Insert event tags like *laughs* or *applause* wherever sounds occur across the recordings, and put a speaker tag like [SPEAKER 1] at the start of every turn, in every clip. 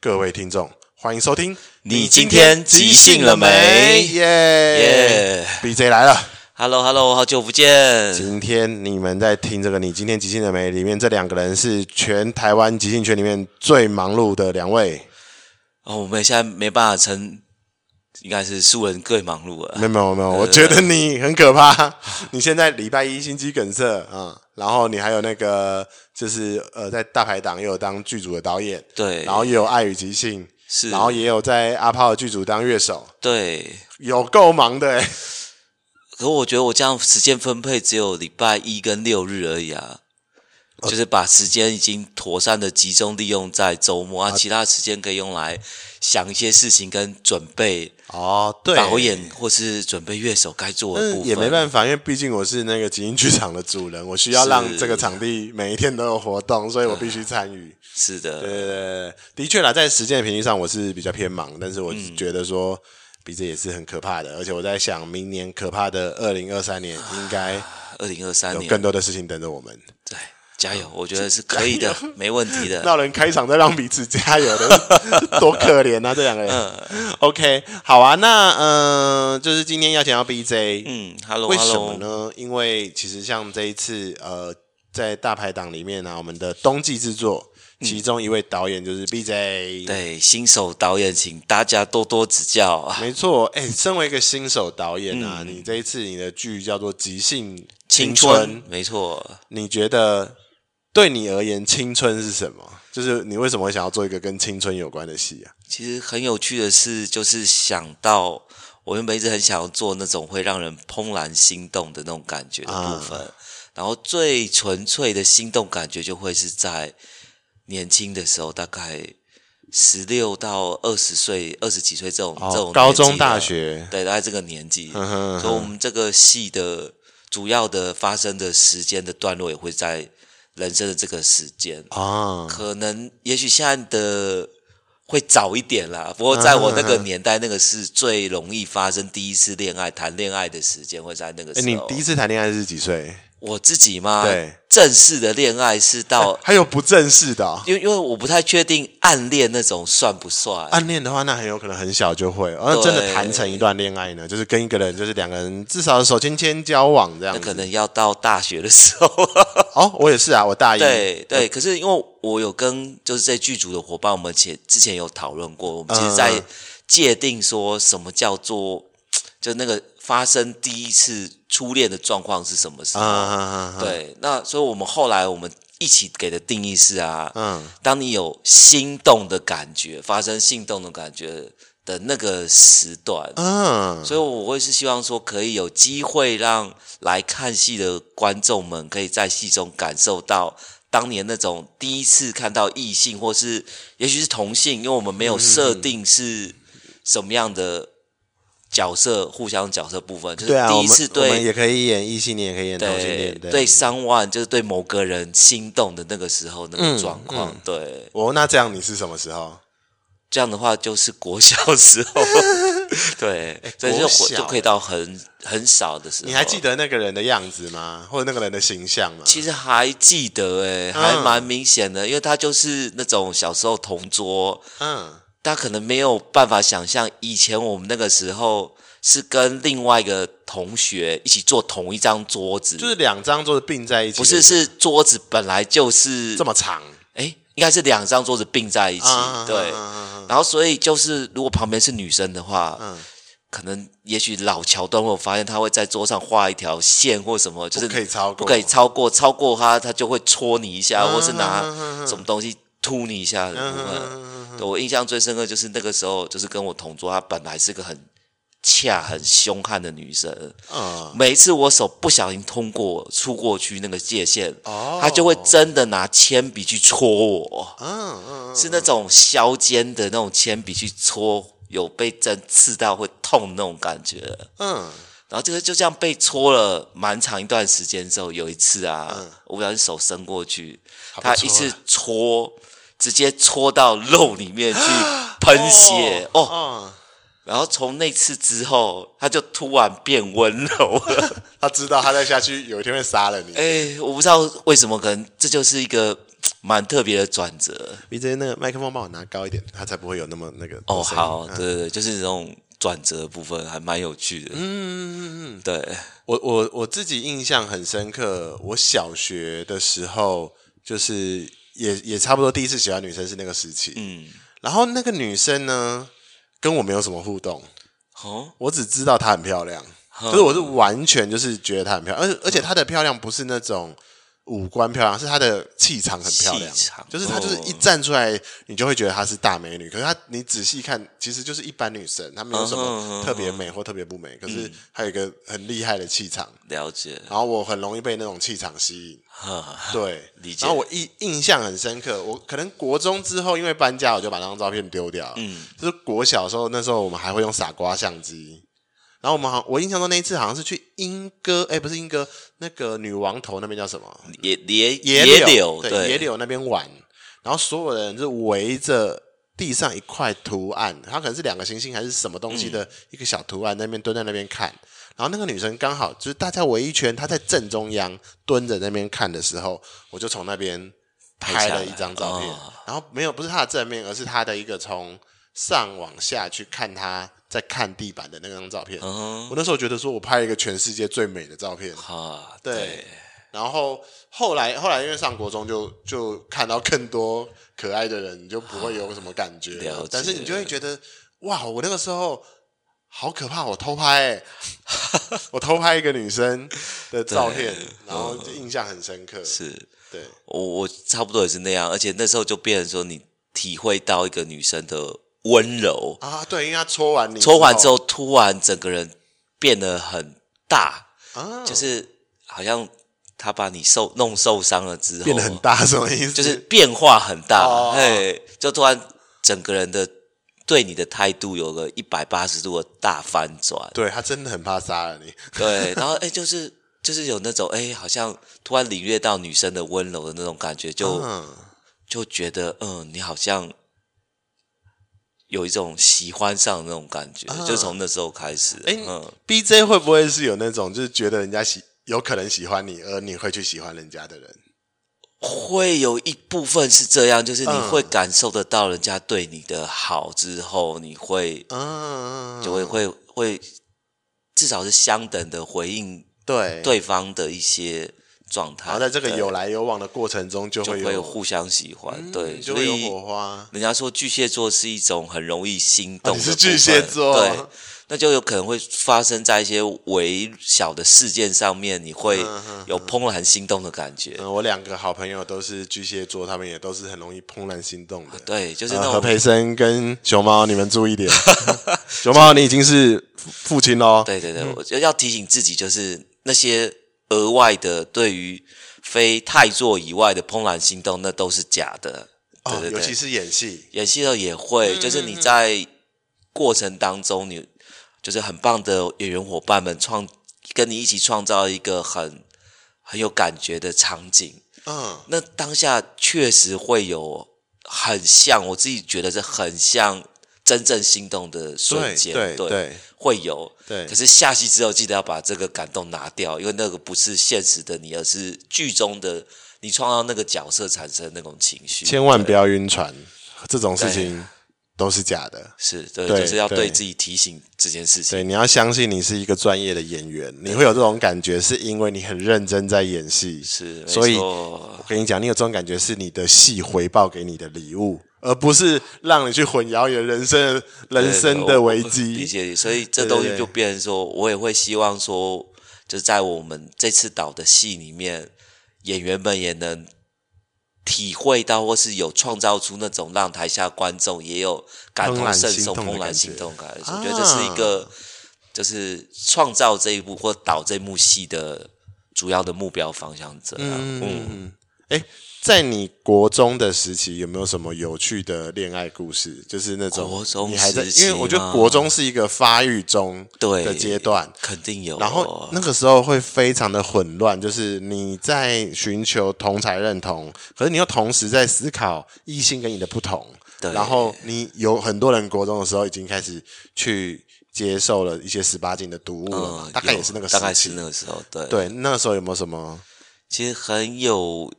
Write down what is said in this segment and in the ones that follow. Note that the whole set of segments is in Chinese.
[SPEAKER 1] 各位听众，欢迎收听。
[SPEAKER 2] 你今天即兴了没
[SPEAKER 1] 耶、
[SPEAKER 2] 耶
[SPEAKER 1] b j 来了。
[SPEAKER 2] ！Hello Hello，好久不见。
[SPEAKER 1] 今天你们在听这个“你今天即兴了没”里面，这两个人是全台湾即兴圈里面最忙碌的两位。
[SPEAKER 2] 哦，我们现在没办法称，应该是素人最忙碌
[SPEAKER 1] 没
[SPEAKER 2] 了。
[SPEAKER 1] 有没有没有，
[SPEAKER 2] 呃
[SPEAKER 1] 我觉得你很可怕。 *laughs* 你现在礼拜一心肌梗塞啊、嗯然后你还有那个就是呃，在大排档也有当剧组的导演，
[SPEAKER 2] 对，
[SPEAKER 1] 然后也有爱与即兴，
[SPEAKER 2] 是，
[SPEAKER 1] 然后也有在阿炮的剧组当乐手，
[SPEAKER 2] 对。
[SPEAKER 1] 有够忙的、欸。
[SPEAKER 2] 可我觉得我这样时间分配只有礼拜一跟六日而已啊，
[SPEAKER 1] 哦
[SPEAKER 2] 就是把时间已经妥善的集中利用在周末啊，
[SPEAKER 1] 哦
[SPEAKER 2] 其他时间可以用来想一些事情跟准备
[SPEAKER 1] 哦，对
[SPEAKER 2] 导演或是准备乐手该做的部
[SPEAKER 1] 嗯，
[SPEAKER 2] 分。
[SPEAKER 1] 也没办法，因为毕竟我是那个集英剧场的主人，我需要
[SPEAKER 2] 是
[SPEAKER 1] 让这个场地每一天都有活动，所以我必须参
[SPEAKER 2] *laughs*
[SPEAKER 1] 与。
[SPEAKER 2] 是的，
[SPEAKER 1] 呃，的确啦，在时间的频率上我是比较偏忙，但是我
[SPEAKER 2] 嗯
[SPEAKER 1] 觉得说，比这也是很可怕的。而且我在想，明年可怕的二零二三年应该
[SPEAKER 2] 二零二三
[SPEAKER 1] 有
[SPEAKER 2] 啊年
[SPEAKER 1] 更多的事情等着我们。
[SPEAKER 2] 对，加油，我觉得是可以的，没问题
[SPEAKER 1] *laughs*
[SPEAKER 2] 的。
[SPEAKER 1] 闹人开场再让彼此加油
[SPEAKER 2] *laughs*
[SPEAKER 1] 的，多可怜啊！这两个
[SPEAKER 2] 嗯
[SPEAKER 1] 人。OK，好啊，那嗯、呃就是今天邀请到 BJ，
[SPEAKER 2] 嗯，Hello
[SPEAKER 1] 为什么
[SPEAKER 2] Hello，
[SPEAKER 1] 呢？因为其实像这一次，呃，在大排档里面呢、啊我们的冬季制作，其中一位导演就是 BJ。，
[SPEAKER 2] 对，新手导演，请大家多多指教
[SPEAKER 1] *laughs*
[SPEAKER 2] 啊。
[SPEAKER 1] 没错。哎、身为一个新手导演啊，你这一次你的剧叫做《即兴
[SPEAKER 2] 青
[SPEAKER 1] 春》，
[SPEAKER 2] 春，没错。
[SPEAKER 1] 你觉得对你而言，青春是什么？就是你为什么会想要做一个跟青春有关的戏啊？
[SPEAKER 2] 其实很有趣的是，就是想到我原本一直很想要做那种会让人怦然心动的那种感觉的部分，
[SPEAKER 1] 啊
[SPEAKER 2] 然后最纯粹的心动感觉就会是在年轻的时候，大概十六到二十岁、二十几岁这种、这种
[SPEAKER 1] 哦高
[SPEAKER 2] 年纪
[SPEAKER 1] 中、大
[SPEAKER 2] 了
[SPEAKER 1] 学，
[SPEAKER 2] 对，哦大概这个年纪，
[SPEAKER 1] 啊 *laughs* 嗯哼
[SPEAKER 2] 所以我们这个戏的主要的发生的时间的段落也会在人生的这个时间，
[SPEAKER 1] 啊，
[SPEAKER 2] 可能也许现在的 *laughs* 会早一点啦，不过在我那个年代，那个是最容易发生第一次恋爱、谈恋爱的时间会在那个时
[SPEAKER 1] 哎、
[SPEAKER 2] 候。
[SPEAKER 1] 你第一次谈恋爱是几岁？
[SPEAKER 2] 我自己嘛，
[SPEAKER 1] 对，
[SPEAKER 2] 正式的恋爱
[SPEAKER 1] *laughs*
[SPEAKER 2] 是到。
[SPEAKER 1] 还有不正式的、哦。
[SPEAKER 2] 因为因为我不太确定暗恋那种算不算，
[SPEAKER 1] 暗恋的话，那很有可能很小就会，而、
[SPEAKER 2] 对
[SPEAKER 1] 真的谈成一段恋爱呢，就是跟一个人，就是两个人至少手牵牵交往这样
[SPEAKER 2] 那可
[SPEAKER 1] 子。
[SPEAKER 2] 能要到大学的时候。
[SPEAKER 1] 哦，我也是啊，我大一，
[SPEAKER 2] 对对，可是因为我有跟就是在剧组的伙伴，我们前之前有讨论过，我们其实在
[SPEAKER 1] 嗯
[SPEAKER 2] 界定说什么叫做就那个发生第一次初恋的状况是什么时候？
[SPEAKER 1] 嗯，嗯，嗯，
[SPEAKER 2] 对，那所以我们后来我们一起给的定义是啊，
[SPEAKER 1] 嗯
[SPEAKER 2] 当你有心动的感觉，发生心动的感觉的那个时段，
[SPEAKER 1] 嗯，
[SPEAKER 2] 所以我会是希望说，可以有机会让来看戏的观众们，可以在戏中感受到当年那种第一次看到异性，或是也许是同性，因为我们
[SPEAKER 1] 嗯
[SPEAKER 2] 没有设定是什么样的角色，互相角色部分，就是
[SPEAKER 1] 对啊，
[SPEAKER 2] 第
[SPEAKER 1] 我
[SPEAKER 2] 一
[SPEAKER 1] 们
[SPEAKER 2] 次
[SPEAKER 1] 我们
[SPEAKER 2] 对、
[SPEAKER 1] 也可以演异性恋，也可以演同性
[SPEAKER 2] 对
[SPEAKER 1] 恋，对。
[SPEAKER 2] 对三万，就是对某个人心动的那个时候那
[SPEAKER 1] 嗯
[SPEAKER 2] 个状况，对。
[SPEAKER 1] 哦，那这样你是什么时候？
[SPEAKER 2] 这样的话就是国小时
[SPEAKER 1] *laughs*
[SPEAKER 2] 候，对，所以就
[SPEAKER 1] 哎国小
[SPEAKER 2] 就可以到很很少的时候。
[SPEAKER 1] 你还记得那个人的样子吗？或者那个人的形象吗？
[SPEAKER 2] 其实还记得哎、
[SPEAKER 1] 嗯
[SPEAKER 2] 还蛮明显的，因为他就是那种小时候同桌，
[SPEAKER 1] 嗯，
[SPEAKER 2] 大家可能没有办法想象，以前我们那个时候是跟另外一个同学一起坐同一张桌子，
[SPEAKER 1] 就是两张桌子并在一起，
[SPEAKER 2] 不是是桌子本来就是
[SPEAKER 1] 这么长
[SPEAKER 2] 哎、应该是两张桌子并在一起，
[SPEAKER 1] 啊？
[SPEAKER 2] 对，
[SPEAKER 1] 嗯嗯嗯
[SPEAKER 2] 然后所以就是如果旁边是女生的话，
[SPEAKER 1] 嗯
[SPEAKER 2] 可能也许老桥段，我发现他会在桌上画一条线或什么，就是
[SPEAKER 1] 不可以超过
[SPEAKER 2] 不可以超过，超过他他就会戳你一下，
[SPEAKER 1] 嗯
[SPEAKER 2] 或是拿
[SPEAKER 1] 嗯嗯嗯
[SPEAKER 2] 什么东西突你一下的部分。
[SPEAKER 1] 嗯
[SPEAKER 2] 对我印象最深刻就是那个时候，就是跟我同桌，她本来是个很恰、很凶悍的女生，
[SPEAKER 1] 嗯，
[SPEAKER 2] 每一次我手不小心通过出过去那个界限，
[SPEAKER 1] 哦
[SPEAKER 2] 她就会真的拿铅笔去戳我，
[SPEAKER 1] 嗯嗯，
[SPEAKER 2] 是那种削尖的那种铅笔去戳，有被针刺到会痛的那种感觉。
[SPEAKER 1] 嗯
[SPEAKER 2] 然后这个就这样被戳了蛮长一段时间之后，有一次啊，
[SPEAKER 1] 嗯
[SPEAKER 2] 我不小心手伸过去，
[SPEAKER 1] 不
[SPEAKER 2] 他
[SPEAKER 1] 错
[SPEAKER 2] 一次戳，直接戳到肉里面去喷
[SPEAKER 1] *gasps*
[SPEAKER 2] 血哦
[SPEAKER 1] 嗯，
[SPEAKER 2] 然后从那次之后，他就突然变温柔了。
[SPEAKER 1] 他知道他再下去有一天会杀了你。
[SPEAKER 2] 哎哎、我不知道为什么，可能这就是一个蛮特别的转折。
[SPEAKER 1] 你直接那个麦克风帮我拿高一点，它才不会有那么那个
[SPEAKER 2] 哦，
[SPEAKER 1] 的声音
[SPEAKER 2] 好，对对对，就是这种转折的部分还蛮有趣的。嗯，对，
[SPEAKER 1] 我我我自己印象很深刻，我小学的时候就是也也差不多第一次喜欢女生是那个时期，
[SPEAKER 2] 嗯，
[SPEAKER 1] 然后那个女生呢跟我没有什么互动，
[SPEAKER 2] 哦，
[SPEAKER 1] 我只知道她很漂亮，就是我是完全就是觉得她很漂
[SPEAKER 2] 嗯
[SPEAKER 1] 亮，而且而且她的漂亮不是那种五官漂亮，是她的气场很漂亮
[SPEAKER 2] 气场，
[SPEAKER 1] 就是她就是
[SPEAKER 2] 哦
[SPEAKER 1] 一站出来，你就会觉得她是大美女。可是她你仔细看，其实就是一般女生，她没有什
[SPEAKER 2] 嗯
[SPEAKER 1] 么
[SPEAKER 2] 哼嗯
[SPEAKER 1] 特别美或特别不美，可是她有一个很厉害的气场。
[SPEAKER 2] 了解，
[SPEAKER 1] 然后我很容易被那种气场吸引，
[SPEAKER 2] 哈，
[SPEAKER 1] 对，
[SPEAKER 2] 理解
[SPEAKER 1] 然后我印印象很深刻，我可能国中之后因为搬家，我就把那张照片丢掉。嗯，就是国小的时候，那时候我们还会用傻瓜相机。然后我们好，我印象中那一次好像是去莺歌，哎，不是莺歌，那个女王头那边叫什么？
[SPEAKER 2] 野野
[SPEAKER 1] 野
[SPEAKER 2] 柳，
[SPEAKER 1] 对，野
[SPEAKER 2] 对，
[SPEAKER 1] 柳那边玩，然后所有人就围着地上一块图案，它可能是两个星星还是什么东西的一个小图案，那边蹲在那边看。然后那个女生刚好就是大家围一圈，她在正中央蹲着那边看的时候，我就从那边拍了一张照片
[SPEAKER 2] 拍下来哦，
[SPEAKER 1] 然后没有不是她的正面，而是她的一个从上往下去看她在看地板的那张照片。
[SPEAKER 2] 嗯，
[SPEAKER 1] 我那时候觉得说我拍了一个全世界最美的照片，
[SPEAKER 2] 哈，
[SPEAKER 1] 对
[SPEAKER 2] 啊对，
[SPEAKER 1] 然后后来后来因为上国中就就看到更多可爱的人，你就不会有什么感觉
[SPEAKER 2] 了解
[SPEAKER 1] 但是你就会觉得哇，我那个时候好可怕，我偷拍、欸， *laughs* 我偷拍一个女生的照片，然后就印象很深刻。
[SPEAKER 2] 是
[SPEAKER 1] 对，
[SPEAKER 2] 我我差不多也是那样，而且那时候就变成说你体会到一个女生的温柔，
[SPEAKER 1] 啊，对，因为她戳完你，
[SPEAKER 2] 抽完之后突然整个人变得很大，
[SPEAKER 1] 啊，
[SPEAKER 2] 就是好像她把你受弄受伤了之后，
[SPEAKER 1] 变得很大，哦什么意思？
[SPEAKER 2] 就是变化很
[SPEAKER 1] 哦
[SPEAKER 2] 大，哎、就突然整个人的对你的态度有个一百八十度的大翻转，
[SPEAKER 1] 对她真的很怕杀了你。
[SPEAKER 2] 对，然后哎、就是就是有那种哎、好像突然领略到女生的温柔的那种感觉，就、
[SPEAKER 1] 嗯，
[SPEAKER 2] 就觉得嗯，你好像。有一种喜欢上的那种感觉，就从那时候开始。
[SPEAKER 1] 嗯哎、
[SPEAKER 2] 嗯，
[SPEAKER 1] b j 会不会是有那种就是觉得人家喜有可能喜欢你，而你会去喜欢人家的人？
[SPEAKER 2] 会有一部分是这样，就是你
[SPEAKER 1] 嗯
[SPEAKER 2] 会感受得到人家对你的好之后，你会
[SPEAKER 1] 嗯，
[SPEAKER 2] 就会会会至少是相等的回应
[SPEAKER 1] 对，
[SPEAKER 2] 对方的一些状态。
[SPEAKER 1] 然后在这个
[SPEAKER 2] 对
[SPEAKER 1] 有来有往的过程中，就
[SPEAKER 2] 就
[SPEAKER 1] 会
[SPEAKER 2] 会
[SPEAKER 1] 有嗯
[SPEAKER 2] 互相喜欢，对，
[SPEAKER 1] 就
[SPEAKER 2] 所
[SPEAKER 1] 会有
[SPEAKER 2] 以
[SPEAKER 1] 火花。
[SPEAKER 2] 人家说巨蟹座是一种很容易心动
[SPEAKER 1] 啊
[SPEAKER 2] 的、
[SPEAKER 1] 你是巨蟹座
[SPEAKER 2] 对，那就有可能会发生在一些微小的事件上面，你会有怦然心动的感觉。
[SPEAKER 1] 嗯，我两个好朋友都是巨蟹座，他们也都是很容易怦然心动的。
[SPEAKER 2] 对，啊就是
[SPEAKER 1] 呃
[SPEAKER 2] 那
[SPEAKER 1] 何
[SPEAKER 2] 种
[SPEAKER 1] 培生跟熊猫，你们注
[SPEAKER 2] *laughs*
[SPEAKER 1] 意点。熊猫，你已经是父父亲喽。
[SPEAKER 2] 对对对，我就要提醒自己，就是那些额外的对于非泰座以外的怦然心动，那都是假的。
[SPEAKER 1] 哦
[SPEAKER 2] 对对
[SPEAKER 1] 尤其嗯
[SPEAKER 2] 对，
[SPEAKER 1] 是演戏，
[SPEAKER 2] 演戏的也会，就是你在过程当中，你就是很棒的演员伙伴们创跟你一起创造一个很很有感觉的场景。
[SPEAKER 1] 嗯，
[SPEAKER 2] 那当下确实会有很像，我自己觉得是很像真正心动的瞬
[SPEAKER 1] 对
[SPEAKER 2] 间，
[SPEAKER 1] 对对
[SPEAKER 2] 会有，
[SPEAKER 1] 对
[SPEAKER 2] 可是下戏之后，记得要把这个感动拿掉，因为那个不是现实的你，而是剧中的你创造那个角色产生的那种情绪。
[SPEAKER 1] 千万不要晕船，这种事
[SPEAKER 2] 对
[SPEAKER 1] 情都是假的。
[SPEAKER 2] 是对，
[SPEAKER 1] 对
[SPEAKER 2] 就是要
[SPEAKER 1] 对
[SPEAKER 2] 对自己提醒这件事情。
[SPEAKER 1] 对，你要相信你是一个专业的演员，你会有这种感觉，是因为你很认真在演戏。
[SPEAKER 2] 是，
[SPEAKER 1] 所以
[SPEAKER 2] 没错
[SPEAKER 1] 我跟你讲，你有这种感觉是你的戏回报给你的礼物，而不是让你去混淆你的人生的人生的危
[SPEAKER 2] 对我理
[SPEAKER 1] 机。
[SPEAKER 2] 解你，所以这
[SPEAKER 1] 对对
[SPEAKER 2] 东西
[SPEAKER 1] 对
[SPEAKER 2] 就变成说，我也会希望说，就在我们这次导的戏里面，演员们也能体会到，或是有创造出那种让台下观众也有感
[SPEAKER 1] 怦
[SPEAKER 2] 同
[SPEAKER 1] 然
[SPEAKER 2] 身
[SPEAKER 1] 心
[SPEAKER 2] 受、
[SPEAKER 1] 动的
[SPEAKER 2] 怦
[SPEAKER 1] 感觉
[SPEAKER 2] 然
[SPEAKER 1] 啊
[SPEAKER 2] 心动感。我觉得这是一个，就是创造这一部或导这幕戏的主要的目标方向者。嗯，
[SPEAKER 1] 哎，在你国中的时期，有没有什么有趣的恋爱故事？就是那种
[SPEAKER 2] 国中
[SPEAKER 1] 你还在，
[SPEAKER 2] 时期
[SPEAKER 1] 因为我觉得
[SPEAKER 2] 吗
[SPEAKER 1] 国中是一个发育中
[SPEAKER 2] 对
[SPEAKER 1] 的阶段，
[SPEAKER 2] 肯定有。啊
[SPEAKER 1] 然后那个时候会非常的混乱，就是你在寻求同才认同，可是你又同时在思考异性跟你的不同。
[SPEAKER 2] 对
[SPEAKER 1] 然后你有很多人国中的时候已经开始去接受了一些十八禁的读物了嘛，
[SPEAKER 2] 嗯，
[SPEAKER 1] 大概
[SPEAKER 2] 有
[SPEAKER 1] 也是那个时
[SPEAKER 2] 大概是
[SPEAKER 1] 期。
[SPEAKER 2] 那个时候，对。
[SPEAKER 1] 对，那个时候有没有什么？
[SPEAKER 2] 其实很有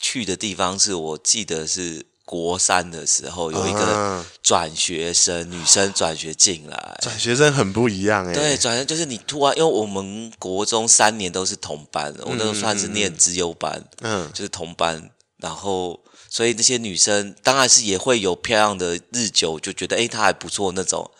[SPEAKER 2] 去的地方是我记得是国三的时候，有一个
[SPEAKER 1] 啊
[SPEAKER 2] 转学生，女生转学进来。
[SPEAKER 1] 转学生很不一样哎、
[SPEAKER 2] 对，转学就是你突然，因为我们国中三年都是同班，我那个算是念资优班，
[SPEAKER 1] 嗯，
[SPEAKER 2] 就是同班，然后所以那些女生当然是也会有漂亮的日久，就觉得诶她还不错那种，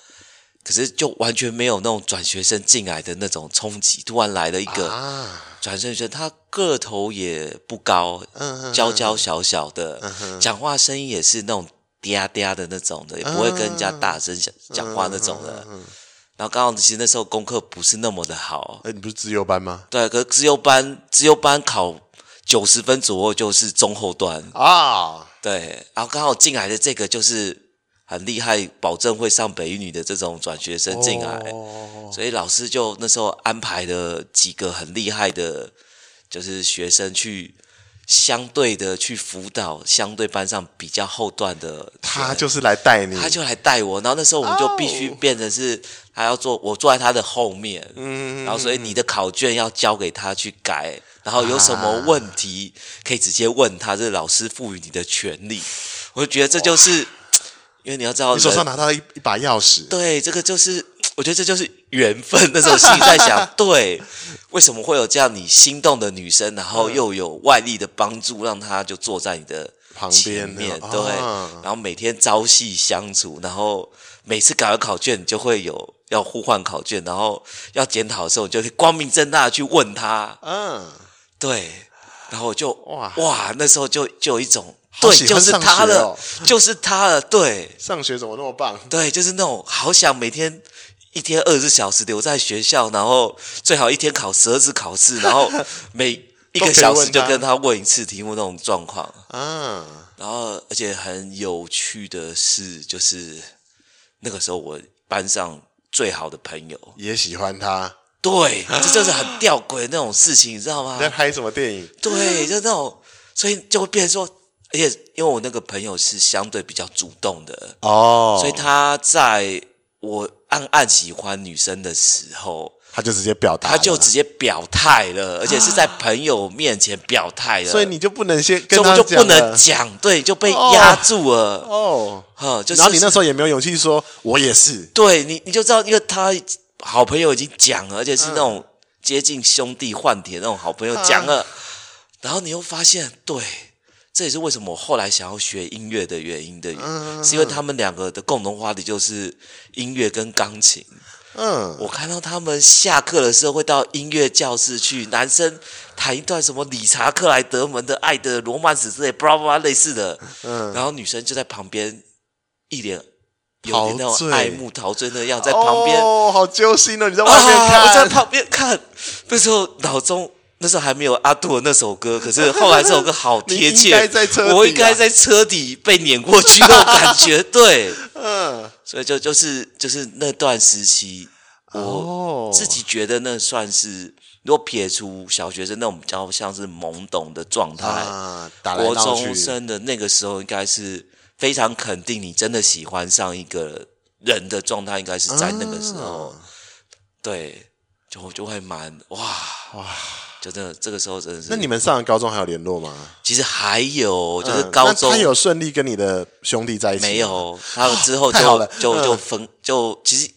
[SPEAKER 2] 可是就完全没有那种转学生进来的那种冲击，突然来了一个
[SPEAKER 1] 啊，
[SPEAKER 2] 转学生，她个头也不高，
[SPEAKER 1] 嗯嗯
[SPEAKER 2] 娇娇小小的，讲话声音也是那种嗲嗲的那种的，也不会跟人家大声讲讲
[SPEAKER 1] 嗯
[SPEAKER 2] 话那种的。然后刚好其实那时候功课不是那么的好，
[SPEAKER 1] 哎、你不是自由班吗？
[SPEAKER 2] 对，可是资优班资优班考九十分左右就是中后段，
[SPEAKER 1] 啊，
[SPEAKER 2] 对，然后刚好进来的这个就是很厉害，保证会上北一女的这种转学生进来，
[SPEAKER 1] 哦
[SPEAKER 2] 所以老师就那时候安排了几个很厉害的，就是学生去相对的去辅导相对班上比较后段的学，
[SPEAKER 1] 他就是来带你，
[SPEAKER 2] 他就来带我，然后那时候我们就必须
[SPEAKER 1] 哦
[SPEAKER 2] 变成是他要坐，我坐在他的后面，
[SPEAKER 1] 嗯
[SPEAKER 2] 然后所以你的考卷要交给他去改，然后有什么问题可以直接问他，这是老师赋予你的权利。我就觉得这就是，因为你要知道
[SPEAKER 1] 你手上
[SPEAKER 2] 人，
[SPEAKER 1] 拿到一一把钥匙，
[SPEAKER 2] 对，这个就是，我觉得这就是缘分。那时候心里在
[SPEAKER 1] *laughs*
[SPEAKER 2] 想，对，为什么会有这样你心动的女生，然
[SPEAKER 1] 嗯
[SPEAKER 2] 后又有外力的帮助，让她就坐在你的
[SPEAKER 1] 旁
[SPEAKER 2] 前
[SPEAKER 1] 边
[SPEAKER 2] 面，
[SPEAKER 1] 的
[SPEAKER 2] 对，
[SPEAKER 1] 啊
[SPEAKER 2] 然后每天朝夕相处，然后每次改完考卷，你就会有要互换考卷，然后要检讨的时候，你就可以光明正大的去问她，
[SPEAKER 1] 嗯，
[SPEAKER 2] 对，然后我就哇
[SPEAKER 1] 哇
[SPEAKER 2] 哇，那时候就就有一种。
[SPEAKER 1] 好
[SPEAKER 2] 对，
[SPEAKER 1] 喜欢
[SPEAKER 2] 就是
[SPEAKER 1] 上
[SPEAKER 2] 她
[SPEAKER 1] 学
[SPEAKER 2] 了，
[SPEAKER 1] 哦
[SPEAKER 2] 就是她了，对，
[SPEAKER 1] 上学怎么那么棒？
[SPEAKER 2] 对，就是那种好想每天一天二十小时留在学校，然后最好一天考十二次考试，然后每一个小时就跟他问一次题目那种状况。
[SPEAKER 1] 啊，
[SPEAKER 2] 然后，而且很有趣的是，就是那个时候我班上最好的朋友，
[SPEAKER 1] 也喜欢他。
[SPEAKER 2] 对，这就是很吊诡的那种事情，你知道吗
[SPEAKER 1] 你？在拍什么电影？
[SPEAKER 2] 对，就那种，所以就会变成说，而且因为我那个朋友是相对比较主动的，
[SPEAKER 1] 哦，
[SPEAKER 2] 所以他在我暗暗喜欢女生的时候，
[SPEAKER 1] 他就直接表达了，啊
[SPEAKER 2] 他就直接表态了，而且是在朋友面前表态了，
[SPEAKER 1] 所以你就不能先
[SPEAKER 2] 所
[SPEAKER 1] 跟
[SPEAKER 2] 以我
[SPEAKER 1] 他
[SPEAKER 2] 就
[SPEAKER 1] 讲啊
[SPEAKER 2] 不能
[SPEAKER 1] 了
[SPEAKER 2] 讲，对，就被压住了，
[SPEAKER 1] 哦。
[SPEAKER 2] 呵，就是
[SPEAKER 1] 然后你那时候也没有勇气说，我也是，
[SPEAKER 2] 对你你就知道，因为他好朋友已经讲了，而且是那
[SPEAKER 1] 嗯
[SPEAKER 2] 种接近兄弟换铁那种好朋友讲了，
[SPEAKER 1] 啊
[SPEAKER 2] 然后你又发现，对，这也是为什么我后来想要学音乐的原因的，
[SPEAKER 1] 嗯
[SPEAKER 2] 是因为他们两个的共同话题就是音乐跟钢琴。
[SPEAKER 1] 嗯，
[SPEAKER 2] 我看到他们下课的时候会到音乐教室去，男生弹一段什么理查克莱德门的《爱的罗曼史》之类，巴拉巴拉类似的，嗯，然后女生就在旁边一脸有点那
[SPEAKER 1] 陶
[SPEAKER 2] 种
[SPEAKER 1] 醉
[SPEAKER 2] 爱慕陶醉那样，在旁边、
[SPEAKER 1] 哦，好揪心哦，你在外面
[SPEAKER 2] 啊，我在
[SPEAKER 1] 看，
[SPEAKER 2] 旁边看，那时候脑中。那时候还没有阿杜的那首歌，可是后来这首歌好
[SPEAKER 1] 你
[SPEAKER 2] 贴
[SPEAKER 1] 应
[SPEAKER 2] 切，
[SPEAKER 1] 该在车底啊
[SPEAKER 2] 我应该在车底被碾过去那种感觉，对，
[SPEAKER 1] *laughs* 嗯，
[SPEAKER 2] 所以就就是就是那段时期，我
[SPEAKER 1] 哦
[SPEAKER 2] 自己觉得那算是，如果撇除小学生那种比较像是懵懂的状态，
[SPEAKER 1] 啊，打来
[SPEAKER 2] 国
[SPEAKER 1] 闹
[SPEAKER 2] 中
[SPEAKER 1] 去，
[SPEAKER 2] 生的那个时候应该是非常肯定你真的喜欢上一个人的状态，应该是在那个时候，
[SPEAKER 1] 啊
[SPEAKER 2] 对，就我就会蛮哇哇，就真的这个时候真的是，
[SPEAKER 1] 那你们上了高中还有联络吗？
[SPEAKER 2] 其实还有就是
[SPEAKER 1] 嗯
[SPEAKER 2] 高
[SPEAKER 1] 那
[SPEAKER 2] 中、
[SPEAKER 1] 他有顺利跟你的兄弟在一起吗
[SPEAKER 2] 没？有，他们之后
[SPEAKER 1] 太好
[SPEAKER 2] 就
[SPEAKER 1] 了
[SPEAKER 2] 就
[SPEAKER 1] 嗯
[SPEAKER 2] 就分就其实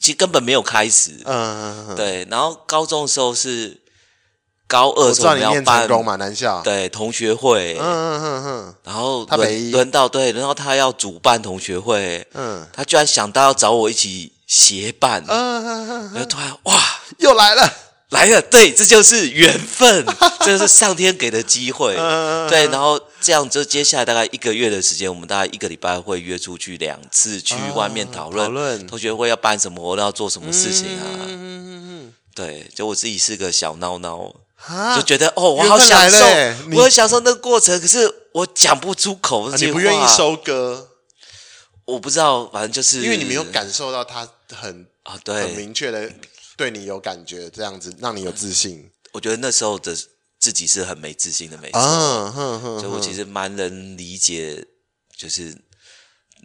[SPEAKER 2] 其实根本没有开始，
[SPEAKER 1] 嗯，嗯嗯
[SPEAKER 2] 对，然后高中的时候是高二
[SPEAKER 1] 我
[SPEAKER 2] 的
[SPEAKER 1] 知
[SPEAKER 2] 时
[SPEAKER 1] 道
[SPEAKER 2] 候我
[SPEAKER 1] 你
[SPEAKER 2] 们要
[SPEAKER 1] 念成
[SPEAKER 2] 办
[SPEAKER 1] 功嘛，南校，
[SPEAKER 2] 对同学会，
[SPEAKER 1] 嗯嗯嗯嗯
[SPEAKER 2] 然后
[SPEAKER 1] 他北
[SPEAKER 2] 轮
[SPEAKER 1] 一
[SPEAKER 2] 轮到对轮到他要主办同学会，
[SPEAKER 1] 嗯
[SPEAKER 2] 他居然想到要找我一起协办，
[SPEAKER 1] 嗯嗯嗯，
[SPEAKER 2] 然后突然哇
[SPEAKER 1] 又来了，
[SPEAKER 2] 来了，对，这就是缘
[SPEAKER 1] *laughs*
[SPEAKER 2] 分，这是上天给的机会，
[SPEAKER 1] 嗯
[SPEAKER 2] 对，然后这样就接下来大概一个月的时间，我们大概一个礼拜会约出去两次去外面讨论，
[SPEAKER 1] 哦讨论
[SPEAKER 2] 同学会要办什么活动，要做什么事情啊，
[SPEAKER 1] 嗯嗯
[SPEAKER 2] 对，就我自己是个小孬孬。
[SPEAKER 1] 嗯啊
[SPEAKER 2] 就觉得哦，我
[SPEAKER 1] 缘
[SPEAKER 2] 好
[SPEAKER 1] 分
[SPEAKER 2] 享
[SPEAKER 1] 来
[SPEAKER 2] 受
[SPEAKER 1] 了欸，你
[SPEAKER 2] 我很享受那个过程，可是我讲不出口那
[SPEAKER 1] 啊
[SPEAKER 2] 些
[SPEAKER 1] 你
[SPEAKER 2] 话，
[SPEAKER 1] 不愿意，收割，
[SPEAKER 2] 我不知道，反正就是
[SPEAKER 1] 因为你没有感受到他很
[SPEAKER 2] 啊，
[SPEAKER 1] 很
[SPEAKER 2] 对，
[SPEAKER 1] 明确的对你有感觉，这样子让你有自信
[SPEAKER 2] 我觉得那时候的自己是很没自信的，没错，
[SPEAKER 1] 啊，哼哼
[SPEAKER 2] 所以我其
[SPEAKER 1] 实
[SPEAKER 2] 实蛮能理解，就是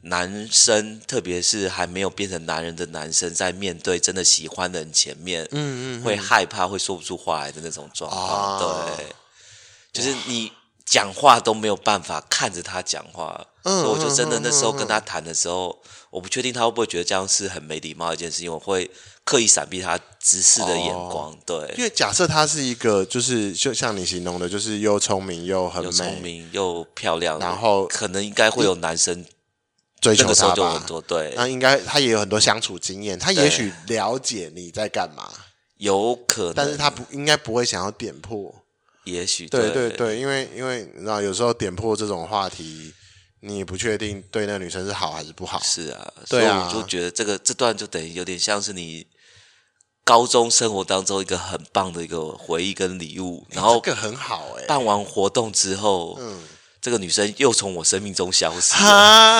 [SPEAKER 2] 男生，特别是还没有变成男人的男生，在面对真的喜欢的人前面，嗯嗯，会害怕，会说不出话来的那种状况，
[SPEAKER 1] 嗯啊
[SPEAKER 2] 对，就是你讲话都没有办法看着他讲话，
[SPEAKER 1] 嗯
[SPEAKER 2] 所以我就真的那时候跟他谈的时候，我不确定他会不会觉得这样是很没礼貌的一件事情，我会刻意闪避他直视的眼
[SPEAKER 1] 哦
[SPEAKER 2] 光，对，
[SPEAKER 1] 因为假设她是一个，就是就像你形容的，就是又聪明又很
[SPEAKER 2] 又聪
[SPEAKER 1] 美，
[SPEAKER 2] 明又漂亮，
[SPEAKER 1] 然后
[SPEAKER 2] 可能应该会有男生
[SPEAKER 1] 追
[SPEAKER 2] 那
[SPEAKER 1] 求
[SPEAKER 2] 个时候
[SPEAKER 1] 她
[SPEAKER 2] 就有很
[SPEAKER 1] 吧。
[SPEAKER 2] 多对，
[SPEAKER 1] 那应该她也有很多相处经验，她也许了解你在干嘛，
[SPEAKER 2] 有可能，
[SPEAKER 1] 但是她不应该不会想要点破。
[SPEAKER 2] 也许
[SPEAKER 1] 对对
[SPEAKER 2] 对
[SPEAKER 1] 对，因为因为你知道，有时候点破这种话题，你也不确定对那个女生是好还是不好。
[SPEAKER 2] 是啊，
[SPEAKER 1] 对啊
[SPEAKER 2] 所以我就觉得这个这段就等于有点像是你高中生活当中一个很棒的一个回忆跟礼物，然后
[SPEAKER 1] 哎这个很好哎、欸，
[SPEAKER 2] 办完活动之后，这个女生又从我生命中消失了，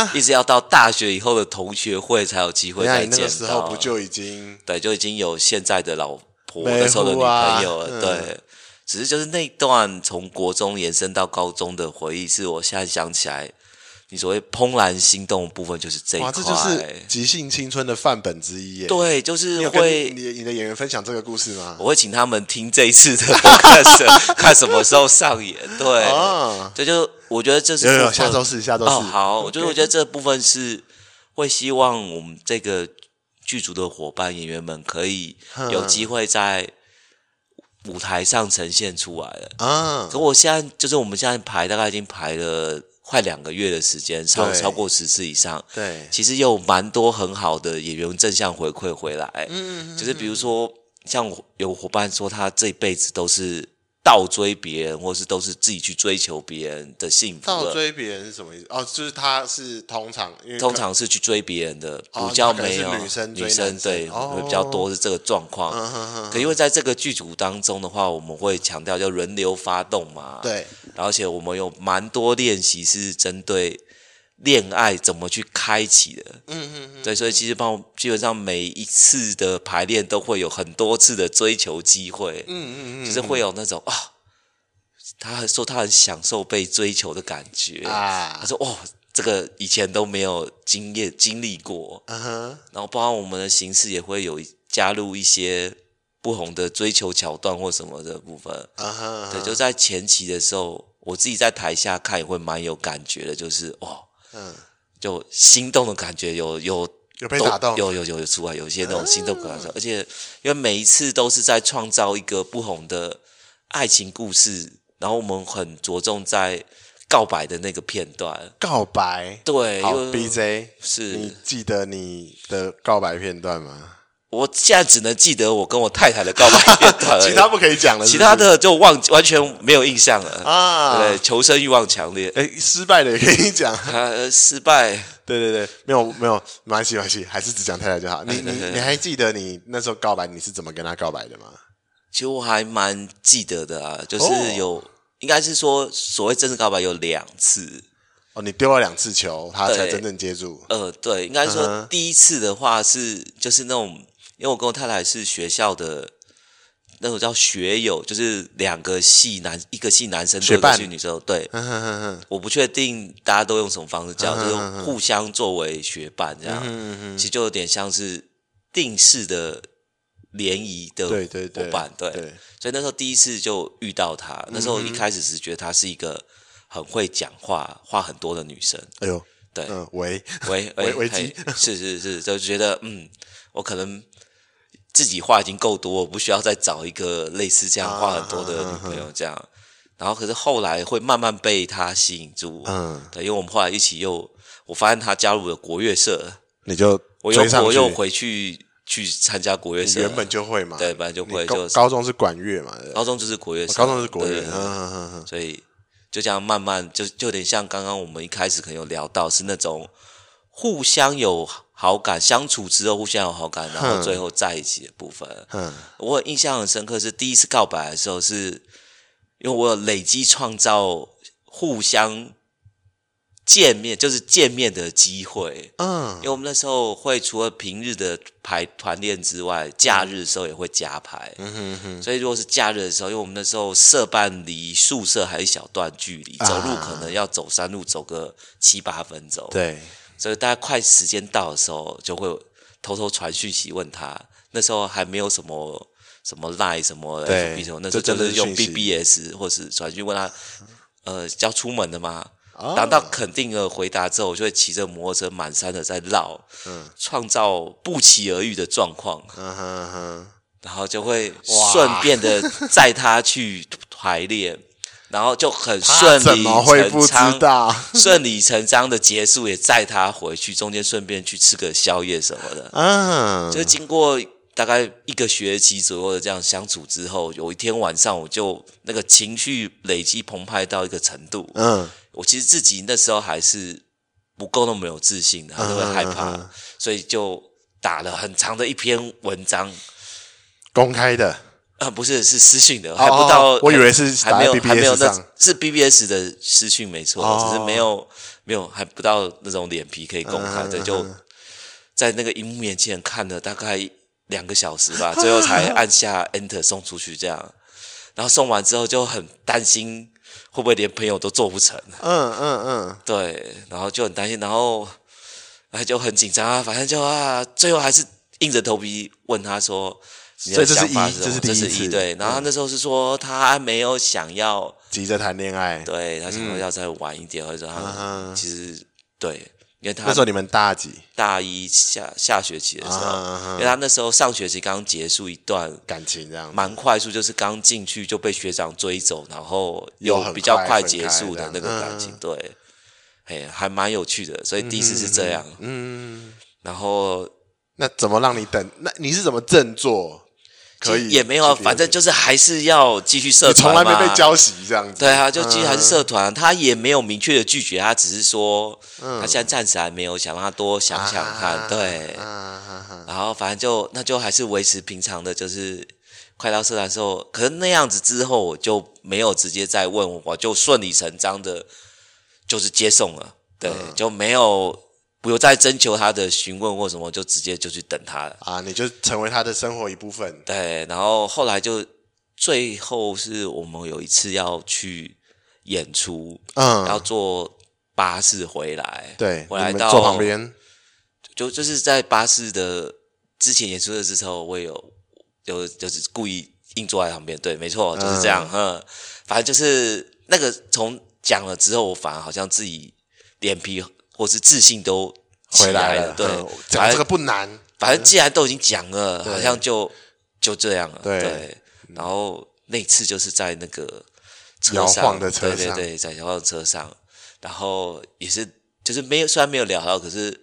[SPEAKER 1] 哈，
[SPEAKER 2] 一直要到大学以后的同学会才有机会
[SPEAKER 1] 那
[SPEAKER 2] 再
[SPEAKER 1] 你那
[SPEAKER 2] 见
[SPEAKER 1] 个时候
[SPEAKER 2] 到
[SPEAKER 1] 不。就已经
[SPEAKER 2] 对，就已经有现在的老婆，
[SPEAKER 1] 没
[SPEAKER 2] 那时候的女朋友
[SPEAKER 1] 户啊嗯
[SPEAKER 2] 了。对，只是就是那一段从国中延伸到高中的回忆，是我现在想起来，你所谓怦然心动的部分就是这一
[SPEAKER 1] 哇，
[SPEAKER 2] 块。
[SPEAKER 1] 这就是即兴青春的范本之一耶、
[SPEAKER 2] 对，就
[SPEAKER 1] 你
[SPEAKER 2] 是
[SPEAKER 1] 有跟你
[SPEAKER 2] 会，
[SPEAKER 1] 的你的演员分享这个故事吗？
[SPEAKER 2] 我会请他们听这一次的 podcast，看 *laughs* 什么时候上演。对，
[SPEAKER 1] 啊，
[SPEAKER 2] 这就我觉得这是
[SPEAKER 1] 有有
[SPEAKER 2] 部
[SPEAKER 1] 有，
[SPEAKER 2] 分
[SPEAKER 1] 下周四，下周四。
[SPEAKER 2] 哦，好，我觉得我觉得这部分是会希望我们这个剧组的伙伴演员们可以
[SPEAKER 1] 哼
[SPEAKER 2] 有机会在舞台上呈现出来了。
[SPEAKER 1] 啊
[SPEAKER 2] 可，我现在就是我们现在排大概已经排了快两个月的时间，超
[SPEAKER 1] 对
[SPEAKER 2] 超过十次以上。
[SPEAKER 1] 对，
[SPEAKER 2] 其实也有蛮多很好的演员正向回馈回来，
[SPEAKER 1] 嗯，
[SPEAKER 2] 就是比如说像我有伙伴说他这辈子都是倒追别人，或是都是自己去追求别人的幸福
[SPEAKER 1] 倒
[SPEAKER 2] 了。
[SPEAKER 1] 追别人是什么意思？哦，就是他是通常，因为
[SPEAKER 2] 通常是去追别人的，
[SPEAKER 1] 哦
[SPEAKER 2] 比较没
[SPEAKER 1] 那可能
[SPEAKER 2] 有
[SPEAKER 1] 是女生追
[SPEAKER 2] 女
[SPEAKER 1] 男
[SPEAKER 2] 生
[SPEAKER 1] 生
[SPEAKER 2] 对、
[SPEAKER 1] 哦
[SPEAKER 2] 会比较多是这个状况。
[SPEAKER 1] 嗯哼哼
[SPEAKER 2] 可因为在这个剧组当中的话，我们会强调叫轮流发动嘛，，
[SPEAKER 1] 对，
[SPEAKER 2] 而且我们有蛮多练习是针对恋爱怎么去开启的，
[SPEAKER 1] 嗯嗯嗯，
[SPEAKER 2] 对，所以其实帮我基本上每一次的排练都会有很多次的追求机会，
[SPEAKER 1] 嗯嗯嗯，
[SPEAKER 2] 就是会有那种啊，他很说他很享受被追求的感觉
[SPEAKER 1] 啊
[SPEAKER 2] 他说哦，这个以前都没有经验经历过，
[SPEAKER 1] 嗯哼，
[SPEAKER 2] 然后包括我们的形式也会有一加入一些不同的追求桥段或什么的部分。
[SPEAKER 1] 嗯哼，
[SPEAKER 2] 对，就在前期的时候，我自己在台下看也会蛮有感觉的，就是哦，
[SPEAKER 1] 嗯，
[SPEAKER 2] 就心动的感觉有有
[SPEAKER 1] 有被打动，
[SPEAKER 2] 有有有有出来，有一些那种心动感受，而且因为每一次都是在创造一个不同的爱情故事，然后我们很着重在告白的那个片段，
[SPEAKER 1] 告白，
[SPEAKER 2] 对，
[SPEAKER 1] 好
[SPEAKER 2] 因为
[SPEAKER 1] ，BJ，你
[SPEAKER 2] 是
[SPEAKER 1] 记得你的告白片段吗？
[SPEAKER 2] 我现在只能记得我跟我太太的告白片段而已，
[SPEAKER 1] 其他不可以讲了，
[SPEAKER 2] 呃其
[SPEAKER 1] 是不
[SPEAKER 2] 他
[SPEAKER 1] 是
[SPEAKER 2] 的就忘完全没有印象了，
[SPEAKER 1] 啊，
[SPEAKER 2] 对，求生欲望强烈，
[SPEAKER 1] 哎，失败的也可以讲，
[SPEAKER 2] 呃，失败，
[SPEAKER 1] 对对对，没有没有，没关系没关系，还是只讲太太就好。你你
[SPEAKER 2] 哎对对
[SPEAKER 1] 你还记得你那时候告白你是怎么跟他告白的吗？
[SPEAKER 2] 其实我还蛮记得的啊，就
[SPEAKER 1] 哦
[SPEAKER 2] 是有，应该是说所谓真实告白有两次。
[SPEAKER 1] 哦，你丢了两次球，他才
[SPEAKER 2] 对
[SPEAKER 1] 真正接
[SPEAKER 2] *laughs*
[SPEAKER 1] 住。
[SPEAKER 2] 呃，对，应该
[SPEAKER 1] 嗯
[SPEAKER 2] 说
[SPEAKER 1] 哼
[SPEAKER 2] 第一次的话是、就是那种，因为我跟我太太是学校的那种叫学友，就是两个系男一个系男生
[SPEAKER 1] 学
[SPEAKER 2] 对一个
[SPEAKER 1] 伴
[SPEAKER 2] 系女生，对，
[SPEAKER 1] 哼哼哼哼，
[SPEAKER 2] 我不确定大家都用什么方式叫，
[SPEAKER 1] 嗯
[SPEAKER 2] 就是互相作为学伴这样，其实就有点像是定式的联谊的
[SPEAKER 1] 对对对
[SPEAKER 2] 伙伴，对，
[SPEAKER 1] 对嗯
[SPEAKER 2] 所以那时候第一次就遇到她，那时候一开始只觉得她是一个很会讲话、话很多的女生，
[SPEAKER 1] 哎呦，
[SPEAKER 2] 对，
[SPEAKER 1] 嗯，喂，
[SPEAKER 2] *laughs* 危
[SPEAKER 1] 危危
[SPEAKER 2] 嘿
[SPEAKER 1] 机
[SPEAKER 2] 是是是，就觉得嗯，我可能自己话已经够多，我不需要再找一个类似这样
[SPEAKER 1] 啊
[SPEAKER 2] 话很多的女朋友这样。然后可是后来会慢慢被他吸引住，
[SPEAKER 1] 嗯
[SPEAKER 2] 对，因为我们后来一起又，我发现他加入了国乐社，
[SPEAKER 1] 你就
[SPEAKER 2] 我又
[SPEAKER 1] 追上
[SPEAKER 2] 我
[SPEAKER 1] 去，
[SPEAKER 2] 又回去去参加国乐
[SPEAKER 1] 你
[SPEAKER 2] 社，
[SPEAKER 1] 原本就会嘛，
[SPEAKER 2] 对本来就会
[SPEAKER 1] 你高
[SPEAKER 2] 就是
[SPEAKER 1] 高中是管乐嘛，对不对哦
[SPEAKER 2] 高中就是国乐社，
[SPEAKER 1] 高中是国乐，
[SPEAKER 2] 对
[SPEAKER 1] 嗯哼哼哼，
[SPEAKER 2] 所以就这样慢慢就就有点像刚刚我们一开始可能有聊到是那种互相有好感，相处之后互相有好感，然后最后在一起的部分。
[SPEAKER 1] 嗯
[SPEAKER 2] 我印象很深刻是第一次告白的时候是，因为我有累积创造互相见面，就是见面的机会。
[SPEAKER 1] 嗯
[SPEAKER 2] 因为我们那时候会除了平日的排团练之外，假日的时候也会加排。
[SPEAKER 1] 嗯哼哼，
[SPEAKER 2] 所以如果是假日的时候，因为我们那时候社办离宿舍还有一小段距离，
[SPEAKER 1] 啊
[SPEAKER 2] 走路可能要走山路走个七八分钟。，
[SPEAKER 1] 对，
[SPEAKER 2] 所以大家快时间到的时候，就会偷偷传讯息问他。那时候还没有什么什么 Line 什么
[SPEAKER 1] 对
[SPEAKER 2] FB 什么，那时候
[SPEAKER 1] 这真
[SPEAKER 2] 就
[SPEAKER 1] 的
[SPEAKER 2] 是
[SPEAKER 1] 是
[SPEAKER 2] 用
[SPEAKER 1] 讯息
[SPEAKER 2] BBS 或是传讯问他呃要出门的嘛，
[SPEAKER 1] 哦
[SPEAKER 2] 拿到肯定的回答之后，我就会骑着摩托车满山的在绕，创造不期而遇的状况，
[SPEAKER 1] 嗯哼嗯哼，
[SPEAKER 2] 然后就会顺便的载他去排列，然后就很顺
[SPEAKER 1] *laughs* 他怎
[SPEAKER 2] 理
[SPEAKER 1] 么会不
[SPEAKER 2] 成
[SPEAKER 1] 知
[SPEAKER 2] 章，
[SPEAKER 1] 道？
[SPEAKER 2] *laughs* 顺理成章的结束，也载他回去，中间顺便去吃个宵夜什么的。
[SPEAKER 1] 嗯，
[SPEAKER 2] 就经过大概一个学期左右的这样相处之后，有一天晚上我就那个情绪累积澎湃到一个程度，
[SPEAKER 1] 嗯
[SPEAKER 2] 我其实自己那时候还是不够那么有自信的，还是会害
[SPEAKER 1] 嗯嗯嗯
[SPEAKER 2] 怕，所以就打了很长的一篇文章。
[SPEAKER 1] 公开的，
[SPEAKER 2] 啊，不是，是私讯的，还不到。
[SPEAKER 1] 哦我以为是
[SPEAKER 2] 还没有
[SPEAKER 1] 打在
[SPEAKER 2] 还没有
[SPEAKER 1] BBS
[SPEAKER 2] 那
[SPEAKER 1] 上
[SPEAKER 2] 是 BBS 的私讯没错，
[SPEAKER 1] 哦
[SPEAKER 2] 只是没有没有还不到那种脸皮可以公开的，
[SPEAKER 1] 嗯
[SPEAKER 2] 就在那个荧幕面前看了大概两个小时吧，最后才按下 Enter 送出去这样。然后送完之后就很担心会不会连朋友都做不成，
[SPEAKER 1] 嗯嗯嗯，
[SPEAKER 2] 对，然后就很担心，然后哎就很紧张啊，反正就啊，最后还是硬着头皮问他说：“你
[SPEAKER 1] 所
[SPEAKER 2] 的
[SPEAKER 1] 以这是
[SPEAKER 2] 想法
[SPEAKER 1] 一
[SPEAKER 2] 是什么？”
[SPEAKER 1] 这
[SPEAKER 2] 这
[SPEAKER 1] 是第一
[SPEAKER 2] 一
[SPEAKER 1] 次嗯
[SPEAKER 2] 对，然后他那时候是说他还没有想要，
[SPEAKER 1] 急着谈恋爱，
[SPEAKER 2] 对他想说要再晚一点，或者说他
[SPEAKER 1] 嗯
[SPEAKER 2] 其实对，因为他
[SPEAKER 1] 那时候你们大几？
[SPEAKER 2] 大一下下学期的时
[SPEAKER 1] 嗯
[SPEAKER 2] 候，
[SPEAKER 1] 嗯
[SPEAKER 2] 因为他那时候上学期刚结束一段。
[SPEAKER 1] 感情这样，
[SPEAKER 2] 蛮快速，就是刚进去就被学长追走，然后
[SPEAKER 1] 又
[SPEAKER 2] 又
[SPEAKER 1] 很
[SPEAKER 2] 比较
[SPEAKER 1] 快
[SPEAKER 2] 快
[SPEAKER 1] 分
[SPEAKER 2] 结
[SPEAKER 1] 开这
[SPEAKER 2] 束的
[SPEAKER 1] 样嗯
[SPEAKER 2] 那个感情，对，嘿，还蛮有趣的。所以第一次是这样，
[SPEAKER 1] 嗯，
[SPEAKER 2] 然后
[SPEAKER 1] 那怎么让你等？那你是怎么振作？可
[SPEAKER 2] 其
[SPEAKER 1] 以
[SPEAKER 2] 实也没有啊，
[SPEAKER 1] 去
[SPEAKER 2] 反正就是还是要继续社
[SPEAKER 1] 你从
[SPEAKER 2] 团
[SPEAKER 1] 来没被嗯
[SPEAKER 2] 嘛
[SPEAKER 1] 教习这样子，
[SPEAKER 2] 对啊，就继续还是社团，他也没有明确的拒绝，他只是说他现在暂时还没有，想让他多想想看，
[SPEAKER 1] 嗯啊
[SPEAKER 2] 对。
[SPEAKER 1] 啊
[SPEAKER 2] 然后反正就那就还是维持平常的，就是快到社团的时候，可是那样子之后我就没有直接再问，我就顺理成章的，就是接送了，对，
[SPEAKER 1] 嗯
[SPEAKER 2] 就没有不用再征求他的询问或什么，就直接就去等他了，
[SPEAKER 1] 啊，你就成为他的生活一部分。
[SPEAKER 2] 对，然后后来就最后是我们有一次要去演出，要
[SPEAKER 1] 嗯，
[SPEAKER 2] 坐巴士回来，
[SPEAKER 1] 对，
[SPEAKER 2] 回来
[SPEAKER 1] 你们
[SPEAKER 2] 到
[SPEAKER 1] 坐旁边，
[SPEAKER 2] 就就是在巴士的之前演出的时候，我也有有就是故意硬坐在旁边，对，没错，就是这样，嗯，反正就是那个从讲了之后，我反而好像自己脸皮或是自信都起
[SPEAKER 1] 回来
[SPEAKER 2] 了，对
[SPEAKER 1] 嗯，讲
[SPEAKER 2] 反
[SPEAKER 1] 这个
[SPEAKER 2] 正
[SPEAKER 1] 不难，
[SPEAKER 2] 反正既然都已经讲了，
[SPEAKER 1] 对
[SPEAKER 2] 好像就就这样了，
[SPEAKER 1] 对
[SPEAKER 2] 对，然后那次就是在那个车
[SPEAKER 1] 摇
[SPEAKER 2] 上
[SPEAKER 1] 晃的车
[SPEAKER 2] 对对
[SPEAKER 1] 上
[SPEAKER 2] 对，在摇晃的车上，然后也是就是没有虽然没有聊到，可是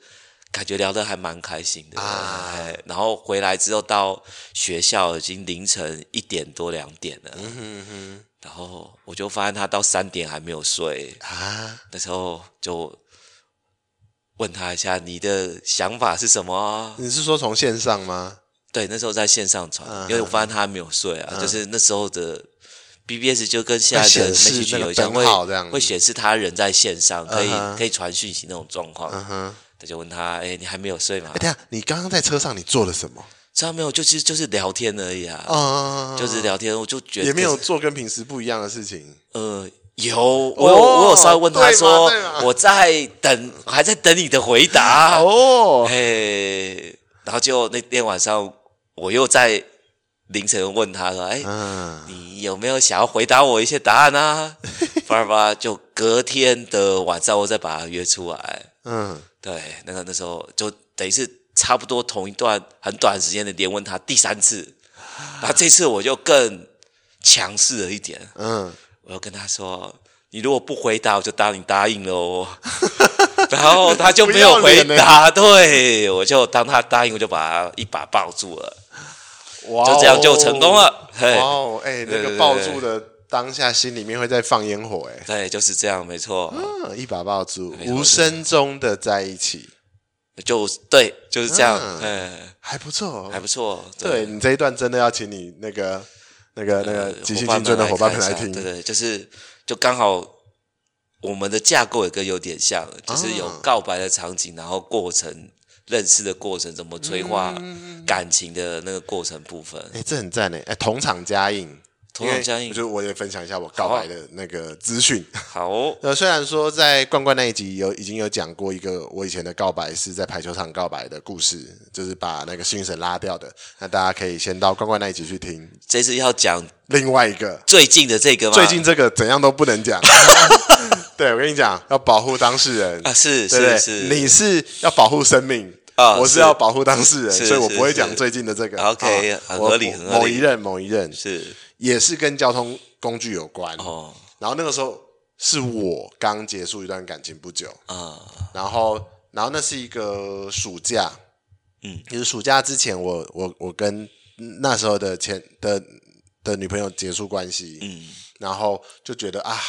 [SPEAKER 2] 感觉聊得还蛮开心的
[SPEAKER 1] 啊
[SPEAKER 2] 哎然后回来之后到学校已经凌晨一点多两点了，嗯哼然后我就发现他到三点还没有睡，
[SPEAKER 1] 啊，
[SPEAKER 2] 那时候就问他一下你的想法是什么啊？
[SPEAKER 1] 你是说从线上吗？
[SPEAKER 2] 对，那时候在线上传，
[SPEAKER 1] 嗯
[SPEAKER 2] 因为我发现他还没有睡啊，就是那时候的 BBS 就跟现在
[SPEAKER 1] 会显
[SPEAKER 2] 的
[SPEAKER 1] 示
[SPEAKER 2] Message
[SPEAKER 1] 那个
[SPEAKER 2] 有一项
[SPEAKER 1] 灯号这样
[SPEAKER 2] 会
[SPEAKER 1] 子
[SPEAKER 2] 会显示他人在线上，可以、
[SPEAKER 1] 嗯哼
[SPEAKER 2] 可以传讯息那种状况。
[SPEAKER 1] 嗯哼，
[SPEAKER 2] 他就问他，哎、你还没有睡吗
[SPEAKER 1] 哎，？等一下，你刚刚在车上你做了什么？
[SPEAKER 2] 知道没有？就是就是聊天而已啊，
[SPEAKER 1] 啊，
[SPEAKER 2] 就是聊天。我就觉得
[SPEAKER 1] 也没有做跟平时不一样的事情。
[SPEAKER 2] 呃。有，我有、我有稍微问
[SPEAKER 1] 哦
[SPEAKER 2] 他
[SPEAKER 1] 对嘛
[SPEAKER 2] 说
[SPEAKER 1] 对嘛，
[SPEAKER 2] 我在等，我还在等你的回答。
[SPEAKER 1] 哦，
[SPEAKER 2] 嘿，然后就那天晚上，我又在凌晨问他说：“哎、
[SPEAKER 1] 嗯，
[SPEAKER 2] 你有没有想要回答我一些答案啊？” *laughs* 巴拉巴拉，就隔天的晚上，我再把他约出来。
[SPEAKER 1] 嗯，
[SPEAKER 2] 对，那个那时候就等于是差不多同一段很短时间的连问他第三次，然后这次我就更强势了一点，
[SPEAKER 1] 嗯，
[SPEAKER 2] 我就跟他说：“你如果不回答，我就当你答应了哦。” *laughs* 然后他就没有回
[SPEAKER 1] 不要欸
[SPEAKER 2] 答，对我就当他答应，我就把他一把抱住了，
[SPEAKER 1] 哇哦
[SPEAKER 2] 就这样就成功。了。嘿，
[SPEAKER 1] 哇哦，哎，那
[SPEAKER 2] 对
[SPEAKER 1] 个
[SPEAKER 2] 对
[SPEAKER 1] 抱住的当下，心里面会在放烟火，哎，
[SPEAKER 2] 对，就是这样，没错，
[SPEAKER 1] 嗯，一把抱住，
[SPEAKER 2] 没错
[SPEAKER 1] 无声中的在一起，
[SPEAKER 2] 就对，就是这样，嗯，
[SPEAKER 1] 还不错
[SPEAKER 2] 还。不错。
[SPEAKER 1] 啊对你这一段真的要请你那个、那个、那个
[SPEAKER 2] 呃
[SPEAKER 1] 即兴青春的伙伴们来
[SPEAKER 2] 看一
[SPEAKER 1] 听
[SPEAKER 2] 下，对对，就是就刚好。我们的架构也跟有点像，
[SPEAKER 1] 啊
[SPEAKER 2] 就是有告白的场景，然后过程、认识的过程，怎么
[SPEAKER 1] 嗯
[SPEAKER 2] 催化感情的那个过程部分。
[SPEAKER 1] 欸哎，这很赞哎，哎，同场加映，
[SPEAKER 2] 头脑僵硬
[SPEAKER 1] 就。是我也分享一下我告白的那个资讯。
[SPEAKER 2] 好哦，
[SPEAKER 1] 呃，虽然说在冠冠那一集有已经有讲过一个我以前的告白是在排球场告白的故事，就是把那个幸运神拉掉的，那大家可以先到冠冠那一集去听。
[SPEAKER 2] 这次要讲
[SPEAKER 1] 另外一个，
[SPEAKER 2] 最近的这个吗？
[SPEAKER 1] 最近这个怎样都不能
[SPEAKER 2] *laughs*
[SPEAKER 1] 讲。对，我跟你讲，要保护当事人
[SPEAKER 2] 啊，是
[SPEAKER 1] 对不对
[SPEAKER 2] 是是，
[SPEAKER 1] 你是要保护生命
[SPEAKER 2] 啊
[SPEAKER 1] 我是
[SPEAKER 2] 是
[SPEAKER 1] 要保护当事人，
[SPEAKER 2] 是
[SPEAKER 1] 所以我
[SPEAKER 2] 是
[SPEAKER 1] 不会
[SPEAKER 2] 是
[SPEAKER 1] 讲最近的这个。
[SPEAKER 2] OK，
[SPEAKER 1] 啊
[SPEAKER 2] 很
[SPEAKER 1] 我
[SPEAKER 2] 合理
[SPEAKER 1] 我
[SPEAKER 2] 很合
[SPEAKER 1] 某
[SPEAKER 2] 理
[SPEAKER 1] 一任某一任
[SPEAKER 2] 是
[SPEAKER 1] 也是跟交通工具有关。
[SPEAKER 2] 哦
[SPEAKER 1] 然后那个时候是我刚结束一段感情不久，
[SPEAKER 2] 啊
[SPEAKER 1] 然后然后那是一个暑假，
[SPEAKER 2] 嗯，
[SPEAKER 1] 就是暑假之前我，我我跟那时候的前的的女朋友结束关系，
[SPEAKER 2] 嗯
[SPEAKER 1] 然后就觉得啊，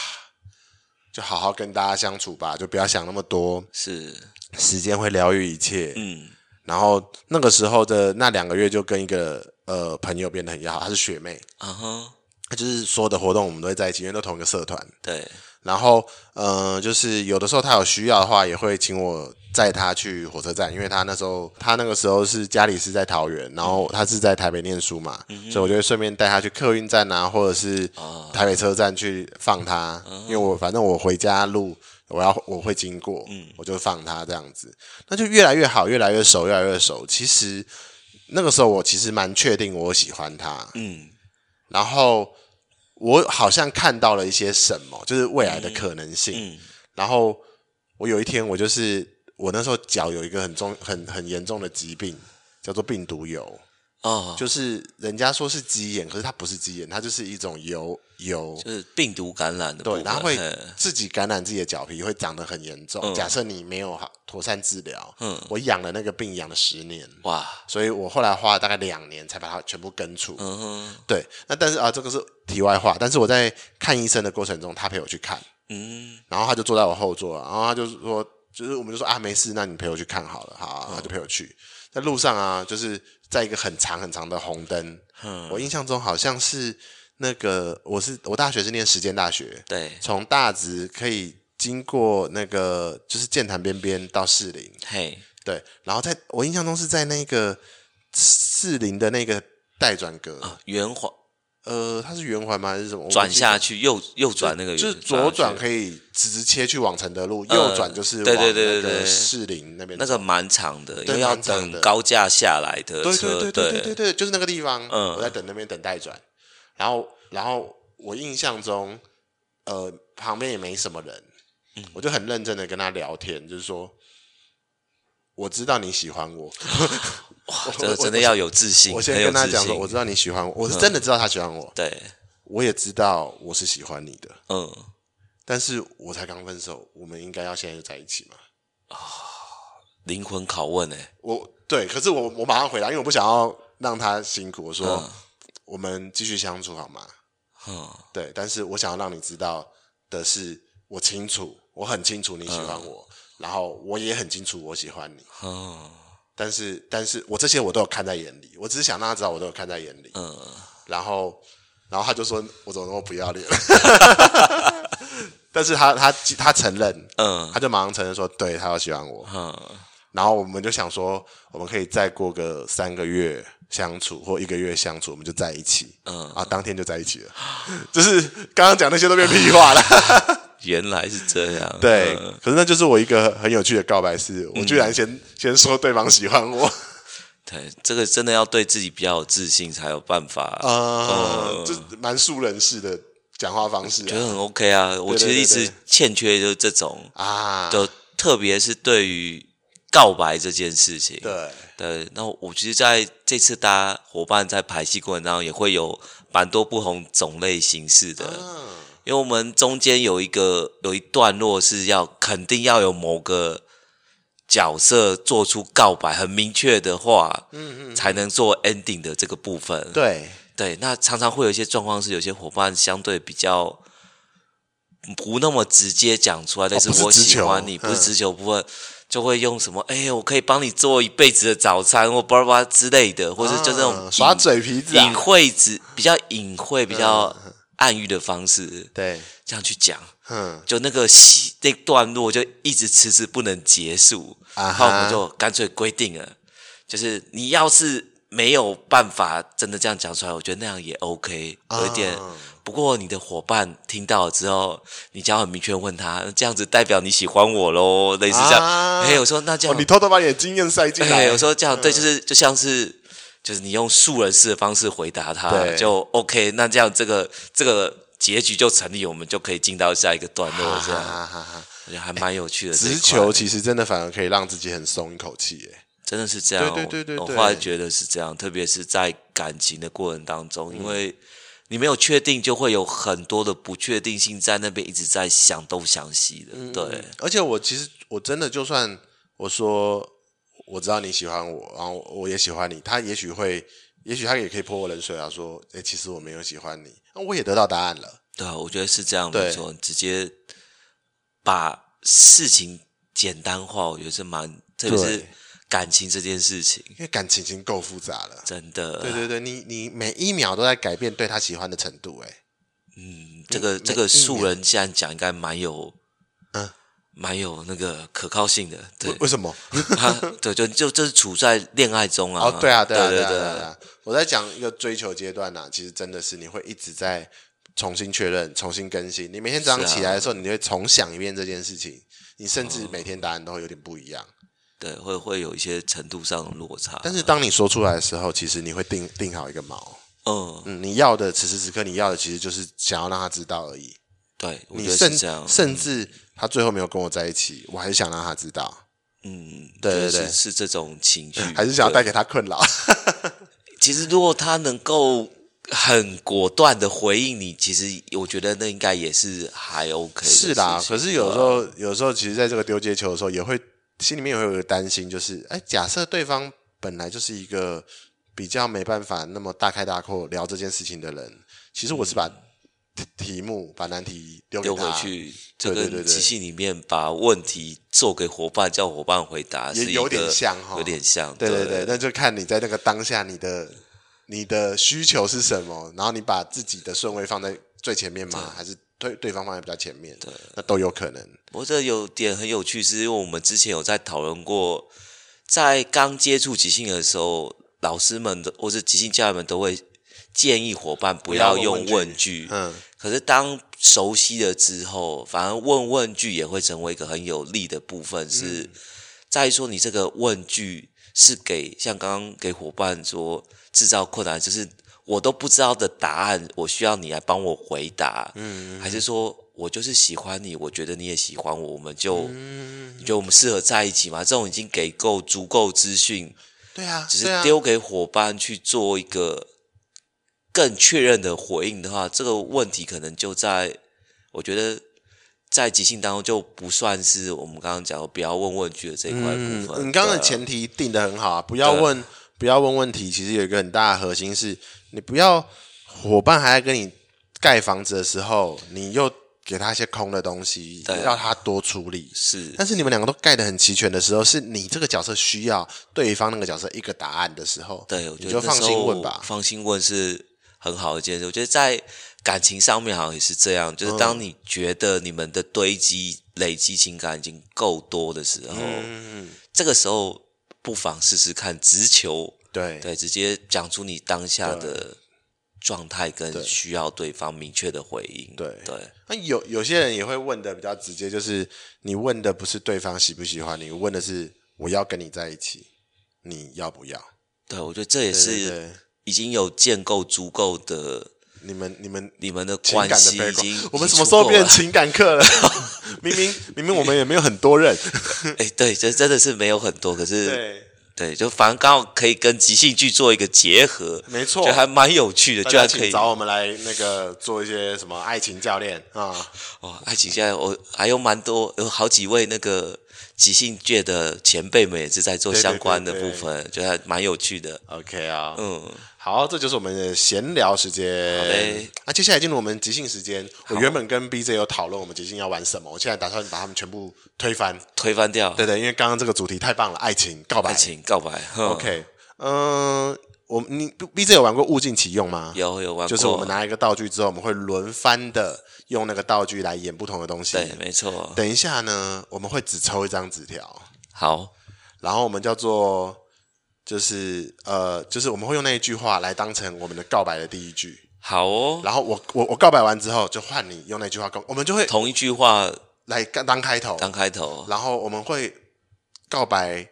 [SPEAKER 1] 就好好跟大家相处吧，就不要想那么多，
[SPEAKER 2] 是
[SPEAKER 1] 时间会疗愈一切，
[SPEAKER 2] 嗯
[SPEAKER 1] 然后那个时候的那两个月，就跟一个呃朋友变得很要好，她是学妹，
[SPEAKER 2] 啊哈
[SPEAKER 1] 就是所有的活动我们都会在一起，因为都同一个社团。
[SPEAKER 2] 对
[SPEAKER 1] 然后，呃，就是有的时候她有需要的话，也会请我载她去火车站，因为她那时候她那个时候是家里是在桃园，然后她是在台北念书嘛，所以我就会顺便带她去客运站啊，或者是台北车站去放她，因为我反正我回家路我要我会经过，我就放她这样子，那就越来越好，越来越熟，越来越熟。其实那个时候我其实蛮确定我喜欢她，
[SPEAKER 2] 嗯
[SPEAKER 1] 然后我好像看到了一些什么，就是未来的可能性。
[SPEAKER 2] 嗯
[SPEAKER 1] 然后我有一天，我就是我那时候脚有一个很重、很很严重的疾病，叫做病毒疣，
[SPEAKER 2] 哦，
[SPEAKER 1] 就是人家说是鸡眼，可是它不是鸡眼，它就是一种疣疣。
[SPEAKER 2] 就是病毒感染的部
[SPEAKER 1] 对，
[SPEAKER 2] 分，
[SPEAKER 1] 然后会
[SPEAKER 2] 嘿
[SPEAKER 1] 自己感染自己的脚皮，会长得很严重。
[SPEAKER 2] 嗯
[SPEAKER 1] 假设你没有好妥善治疗，
[SPEAKER 2] 嗯
[SPEAKER 1] 我养了那个病养了十年，
[SPEAKER 2] 哇
[SPEAKER 1] 所以我后来花了大概两年才把它全部根除。
[SPEAKER 2] 嗯哼
[SPEAKER 1] 对，那但是啊，这个是题外话。但是我在看医生的过程中，他陪我去看，
[SPEAKER 2] 嗯
[SPEAKER 1] 然后他就坐在我后座，然后他就说，就是我们就说啊，没事，那你陪我去看好了，好、啊，
[SPEAKER 2] 嗯
[SPEAKER 1] 他就陪我去。在路上啊，就是在一个很长很长的红灯，
[SPEAKER 2] 嗯
[SPEAKER 1] 我印象中好像是那个我是我大学是念实践大学，
[SPEAKER 2] 对
[SPEAKER 1] 从大直可以经过那个就是剑潭边边到士林，
[SPEAKER 2] 嘿
[SPEAKER 1] 对，然后在我印象中是在那个士林的那个待转格，
[SPEAKER 2] 啊圆环
[SPEAKER 1] 呃，它是圆环吗？还是什么？我
[SPEAKER 2] 转
[SPEAKER 1] 忘记
[SPEAKER 2] 下
[SPEAKER 1] 了
[SPEAKER 2] 去右右转那个圆
[SPEAKER 1] 就是左转
[SPEAKER 2] 下去
[SPEAKER 1] 可以直接去往承德路，
[SPEAKER 2] 呃
[SPEAKER 1] 右转就是
[SPEAKER 2] 对
[SPEAKER 1] 往
[SPEAKER 2] 对对
[SPEAKER 1] 那
[SPEAKER 2] 对
[SPEAKER 1] 个
[SPEAKER 2] 对
[SPEAKER 1] 士林那边
[SPEAKER 2] 那
[SPEAKER 1] 走。
[SPEAKER 2] 个蛮长的，因
[SPEAKER 1] 对
[SPEAKER 2] 为要
[SPEAKER 1] 蛮长的
[SPEAKER 2] 等高架下来的
[SPEAKER 1] 对
[SPEAKER 2] 车，
[SPEAKER 1] 对对对对对对，就是那个地方。
[SPEAKER 2] 嗯
[SPEAKER 1] 我在等那边等待转，然后然后我印象中，呃，旁边也没什么人，
[SPEAKER 2] 嗯
[SPEAKER 1] 我就很认真的跟他聊天，就是说。我知道你喜欢我，
[SPEAKER 2] 哇，
[SPEAKER 1] 我
[SPEAKER 2] 这
[SPEAKER 1] 我
[SPEAKER 2] 真的要有自信，
[SPEAKER 1] 我
[SPEAKER 2] 很
[SPEAKER 1] 先
[SPEAKER 2] 有
[SPEAKER 1] 跟他
[SPEAKER 2] 自
[SPEAKER 1] 讲说，
[SPEAKER 2] 信嗯
[SPEAKER 1] 我知道你喜欢我，我是真的知道他喜欢我，
[SPEAKER 2] 对，
[SPEAKER 1] 我也知道我是喜欢你的，
[SPEAKER 2] 嗯，
[SPEAKER 1] 但是我才刚分手，我们应该要现在就在一起嘛？
[SPEAKER 2] 灵魂拷问哎、
[SPEAKER 1] 我对，可是我我马上回答，因为我不想要让他辛苦。我说、
[SPEAKER 2] 嗯
[SPEAKER 1] 我们继续相处好吗？
[SPEAKER 2] 嗯
[SPEAKER 1] 对，但是我想要让你知道的是，我清楚，我很清楚你喜欢我，然后我也很清楚我喜欢你，
[SPEAKER 2] 嗯
[SPEAKER 1] 但是但是我这些我都有看在眼里，我只是想让他知道我都有看在眼里。
[SPEAKER 2] 嗯，
[SPEAKER 1] 然后然后他就说我怎么那么不要脸？ *laughs* 但是他他他承认，
[SPEAKER 2] 嗯
[SPEAKER 1] 他就马上承认说，对他要喜欢我，
[SPEAKER 2] 嗯，
[SPEAKER 1] 然后我们就想说，我们可以再过个三个月相处或一个月相处，我们就在一起。
[SPEAKER 2] 嗯
[SPEAKER 1] 啊，当天就在一起了，就是刚刚讲那些都变屁话
[SPEAKER 2] *laughs*
[SPEAKER 1] 了。
[SPEAKER 2] 原来是这样，
[SPEAKER 1] 对
[SPEAKER 2] 嗯，
[SPEAKER 1] 可是那就是我一个很有趣的告白是，我居然先、先说对方喜欢我，
[SPEAKER 2] 对，这个真的要对自己比较有自信，才有办法。啊
[SPEAKER 1] *laughs* 呃，这蛮素人式的讲话方式
[SPEAKER 2] 觉得很 OK 啊，我其实一
[SPEAKER 1] 对对
[SPEAKER 2] 直欠缺就是这种，
[SPEAKER 1] 啊。啊，
[SPEAKER 2] 就特别是对于告白这件事情，
[SPEAKER 1] 对，
[SPEAKER 2] 对，那我其实在这次大家伙伴在排戏过程当中，也会有蛮多不同种类形式的，
[SPEAKER 1] 嗯，
[SPEAKER 2] 因为我们中间有一个有一段落是要肯定要有某个角色做出告白很明确的话，嗯嗯，才能做 ending 的这个部分。
[SPEAKER 1] 对，
[SPEAKER 2] 对，那常常会有一些状况是，有些伙伴相对比较不那么直接讲出来，但
[SPEAKER 1] 哦不是
[SPEAKER 2] 我
[SPEAKER 1] 直
[SPEAKER 2] 喜
[SPEAKER 1] 球
[SPEAKER 2] 欢你，不是
[SPEAKER 1] 嗯
[SPEAKER 2] 直球部分，就会用什么，哎、我可以帮你做一辈子的早餐，或巴拉巴拉之类的，或者就这种
[SPEAKER 1] 啊耍
[SPEAKER 2] 隐
[SPEAKER 1] 嘴皮子啊嗯
[SPEAKER 2] 隐，晦子比较隐晦、比较暗喻的方式，
[SPEAKER 1] 对，
[SPEAKER 2] 这样去讲。
[SPEAKER 1] 嗯，
[SPEAKER 2] 就那个戏那段落就一直迟迟不能结束，
[SPEAKER 1] 啊
[SPEAKER 2] 然
[SPEAKER 1] 哈
[SPEAKER 2] 后我们就干脆规定了，就是你要是没有办法真的这样讲出来，我觉得那样也 OK，有一点。
[SPEAKER 1] 啊
[SPEAKER 2] 不过你的伙伴听到了之后，你只要很明确问他，这样子代表你喜欢我喽，类似这样。
[SPEAKER 1] 啊
[SPEAKER 2] 哎、我说那这
[SPEAKER 1] 哦
[SPEAKER 2] 样，，
[SPEAKER 1] 你偷偷把你的经验塞进来嗯
[SPEAKER 2] *laughs* 对，，我说这样对，就是就像是就是你用素人式的方式回答他，
[SPEAKER 1] 对
[SPEAKER 2] 就 OK。那这样这个这个结局就成立，我们就可以进到下一个段落，这样
[SPEAKER 1] 啊哈哈哈
[SPEAKER 2] 我觉得还蛮有趣的这一块。
[SPEAKER 1] 哎直球其实真的反而可以让自己很松一口气耶，
[SPEAKER 2] 真的是这样，
[SPEAKER 1] 对对对对
[SPEAKER 2] 我
[SPEAKER 1] 对
[SPEAKER 2] 后来觉得是这样，特别是在感情的过程当中，
[SPEAKER 1] 嗯
[SPEAKER 2] 因为你没有确定，就会有很多的不确定性在那边一直在想东想西的，
[SPEAKER 1] 嗯
[SPEAKER 2] 对，
[SPEAKER 1] 而且我其实我真的就算我说我知道你喜欢我，然后我也喜欢你，他也许会，也许他也可以泼我冷水啊，说，哎、其实我没有喜欢你，那我也得到答案了，
[SPEAKER 2] 对啊，我觉得是这样，
[SPEAKER 1] 对
[SPEAKER 2] 没错，直接把事情简单化，我觉得是蛮，特别是
[SPEAKER 1] 对
[SPEAKER 2] 感情这件事情，
[SPEAKER 1] 因为感情已经够复杂了。
[SPEAKER 2] 真的，啊
[SPEAKER 1] 对对对，你你每一秒都在改变对他喜欢的程度，哎，
[SPEAKER 2] 嗯，这个
[SPEAKER 1] 每
[SPEAKER 2] 这个
[SPEAKER 1] 一
[SPEAKER 2] 素
[SPEAKER 1] 秒
[SPEAKER 2] 人这样讲，应该蛮有，
[SPEAKER 1] 嗯
[SPEAKER 2] 蛮有那个可靠性的，对
[SPEAKER 1] 为，为什么？
[SPEAKER 2] 他对，就就就是处在恋爱中啊。
[SPEAKER 1] 哦，对啊，对啊，
[SPEAKER 2] 对
[SPEAKER 1] 啊，对啊对
[SPEAKER 2] 对，
[SPEAKER 1] 啊！我在讲一个追求阶段呐、其实真的是你会一直在重新确认、重新更新。你每天早上
[SPEAKER 2] 是啊
[SPEAKER 1] 起来的时候，你会重想一遍这件事情，你甚至每天答案都会有点不一样。
[SPEAKER 2] 对会会有一些程度上的落差。
[SPEAKER 1] 但是当你说出来的时候，其实你会定定好一个锚，
[SPEAKER 2] 嗯，
[SPEAKER 1] 嗯，你要的此时此刻你要的其实就是想要让他知道而已。
[SPEAKER 2] 对，我
[SPEAKER 1] 你
[SPEAKER 2] 觉得是
[SPEAKER 1] 甚
[SPEAKER 2] 这样。嗯
[SPEAKER 1] 甚至他最后没有跟我在一起，我还是想让他知道，
[SPEAKER 2] 嗯，
[SPEAKER 1] 对对
[SPEAKER 2] 就是
[SPEAKER 1] 对
[SPEAKER 2] 是是这种情绪，
[SPEAKER 1] 还是想要
[SPEAKER 2] 嗯对
[SPEAKER 1] 带给他困扰。
[SPEAKER 2] 其实如果他能够很果断的回应你，其实我觉得那应该也是还 OK 的事
[SPEAKER 1] 是
[SPEAKER 2] 情。啊
[SPEAKER 1] 啦，可是有时候，有时候其实在这个丢接球的时候，也会心里面也会有一个担心，就是哎，假设对方本来就是一个比较没办法那么大开大阔聊这件事情的人，其实我是把题题目、把难题嗯丢给
[SPEAKER 2] 丢
[SPEAKER 1] 他，
[SPEAKER 2] 回去，这
[SPEAKER 1] 对对
[SPEAKER 2] 跟
[SPEAKER 1] 对对
[SPEAKER 2] 即兴里面把问题做给伙伴，叫伙伴回答，
[SPEAKER 1] 也
[SPEAKER 2] 是一
[SPEAKER 1] 有点
[SPEAKER 2] 个
[SPEAKER 1] 像哈
[SPEAKER 2] 有点像。
[SPEAKER 1] 对对对，
[SPEAKER 2] 对
[SPEAKER 1] 那就看你在那个当下你的你的需求是什么，然后你把自己的顺位放在最前面吗？还是对对方放在比较前面？对，那都有可能。
[SPEAKER 2] 不过这有点很有趣，是因为我们之前有在讨论过，在刚接触即兴的时候，老师们的或者即兴教练们都会建议伙伴不要用
[SPEAKER 1] 不要问
[SPEAKER 2] 问
[SPEAKER 1] 问
[SPEAKER 2] 句。
[SPEAKER 1] 嗯，
[SPEAKER 2] 可是当熟悉了之后，反而问问句也会成为一个很有利的部分，是在于说你这个问句是给像刚刚给伙伴说制造困难，就是我都不知道的答案，我需要你来帮我回答，嗯，还是说我就是喜欢你，我觉得你也喜欢我，我们就、
[SPEAKER 1] 嗯
[SPEAKER 2] 你觉得我们适合在一起吗？这种已经给够足够资讯，
[SPEAKER 1] 对啊，
[SPEAKER 2] 只
[SPEAKER 1] 对
[SPEAKER 2] 是
[SPEAKER 1] 啊
[SPEAKER 2] 丢给伙伴去做一个更确认的回应的话，这个问题可能就在我觉得在即兴当中就不算是我们刚刚讲的不要问问句的这一块部分。
[SPEAKER 1] 嗯，你刚刚的
[SPEAKER 2] 对啊
[SPEAKER 1] 前提定的很好啊，不要
[SPEAKER 2] 对啊
[SPEAKER 1] 问，不要问问题。其实有一个很大的核心是，你不要伙伴还在跟你盖房子的时候，你又给他一些空的东西
[SPEAKER 2] 对啊，
[SPEAKER 1] 让他多处理。
[SPEAKER 2] 是
[SPEAKER 1] 但是你们两个都盖得很齐全的时候，是你这个角色需要对方那个角色一个答案的时候，
[SPEAKER 2] 对，我
[SPEAKER 1] 你
[SPEAKER 2] 觉
[SPEAKER 1] 就
[SPEAKER 2] 得那
[SPEAKER 1] 放
[SPEAKER 2] 时
[SPEAKER 1] 心
[SPEAKER 2] 候
[SPEAKER 1] 问吧。
[SPEAKER 2] 放心问是很好的一件事。我觉得在感情上面好像也是这样，
[SPEAKER 1] 嗯
[SPEAKER 2] 就是当你觉得你们的堆积、累积情感已经够多的时候，
[SPEAKER 1] 嗯
[SPEAKER 2] 这个时候不妨试试看直球，
[SPEAKER 1] 对
[SPEAKER 2] 对，直接讲出你当下的状态跟需要对方明确的回应，
[SPEAKER 1] 对
[SPEAKER 2] 对。
[SPEAKER 1] 那有有些人也会问的比较直接，就是你问的不是对方喜不喜欢你，问的是我要跟你在一起，你要不要？
[SPEAKER 2] 对，我觉得这也
[SPEAKER 1] 对对
[SPEAKER 2] 是
[SPEAKER 1] 对
[SPEAKER 2] 已经有建构足够的
[SPEAKER 1] 你们你们
[SPEAKER 2] 你们的
[SPEAKER 1] 情
[SPEAKER 2] 关
[SPEAKER 1] 感的
[SPEAKER 2] 系，
[SPEAKER 1] 背
[SPEAKER 2] 已
[SPEAKER 1] 景
[SPEAKER 2] 经。
[SPEAKER 1] 我们
[SPEAKER 2] 已
[SPEAKER 1] 什
[SPEAKER 2] 经
[SPEAKER 1] 么
[SPEAKER 2] 足
[SPEAKER 1] 时候
[SPEAKER 2] 够
[SPEAKER 1] 变
[SPEAKER 2] 了
[SPEAKER 1] 情感课了？ *laughs* 明明明明我们也没有很多人，
[SPEAKER 2] 哎，对，这真的是没有很多，可是
[SPEAKER 1] 对，
[SPEAKER 2] *laughs* 对，就反正刚好可以跟即兴剧做一个结合，
[SPEAKER 1] 没错
[SPEAKER 2] 就还蛮有趣的，
[SPEAKER 1] 大
[SPEAKER 2] 居
[SPEAKER 1] 家
[SPEAKER 2] 然可
[SPEAKER 1] 请
[SPEAKER 2] 以
[SPEAKER 1] 找我们来那个做一些什么爱情教练啊，
[SPEAKER 2] 哦，爱情现在我还有蛮多，有好几位那个即兴界的前辈们也是在做
[SPEAKER 1] 对对
[SPEAKER 2] 相关的
[SPEAKER 1] 对
[SPEAKER 2] 部
[SPEAKER 1] 对
[SPEAKER 2] 分，觉得还蛮有趣的。
[SPEAKER 1] OK 啊，
[SPEAKER 2] 嗯，
[SPEAKER 1] 好，这就是我们的闲聊时
[SPEAKER 2] 好
[SPEAKER 1] 间
[SPEAKER 2] 嘞。
[SPEAKER 1] 那、接下来进入我们即兴时间。我原本跟 BJ 有讨论我们即兴要玩什么，我现在打算把他们全部推翻。
[SPEAKER 2] 推翻掉
[SPEAKER 1] 对对，因为刚刚这个主题太棒了，爱情告白。
[SPEAKER 2] 嗯爱情告白。哼
[SPEAKER 1] OK，嗯、我你 BJ 有玩过物尽其用吗？
[SPEAKER 2] 有有玩过，
[SPEAKER 1] 就是我们拿一个道具之后，我们会轮番的用那个道具来演不同的东西。
[SPEAKER 2] 对，没错。
[SPEAKER 1] 等一下呢，我们会只抽一张纸条，
[SPEAKER 2] 好，
[SPEAKER 1] 然后我们叫做就是呃，就是我们会用那一句话来当成我们的告白的第一句。
[SPEAKER 2] 好哦，
[SPEAKER 1] 然后我我我告白完之后，就换你用那句话告，我们就会
[SPEAKER 2] 同一句话
[SPEAKER 1] 来干当开头，
[SPEAKER 2] 当开头，
[SPEAKER 1] 然后我们会告白，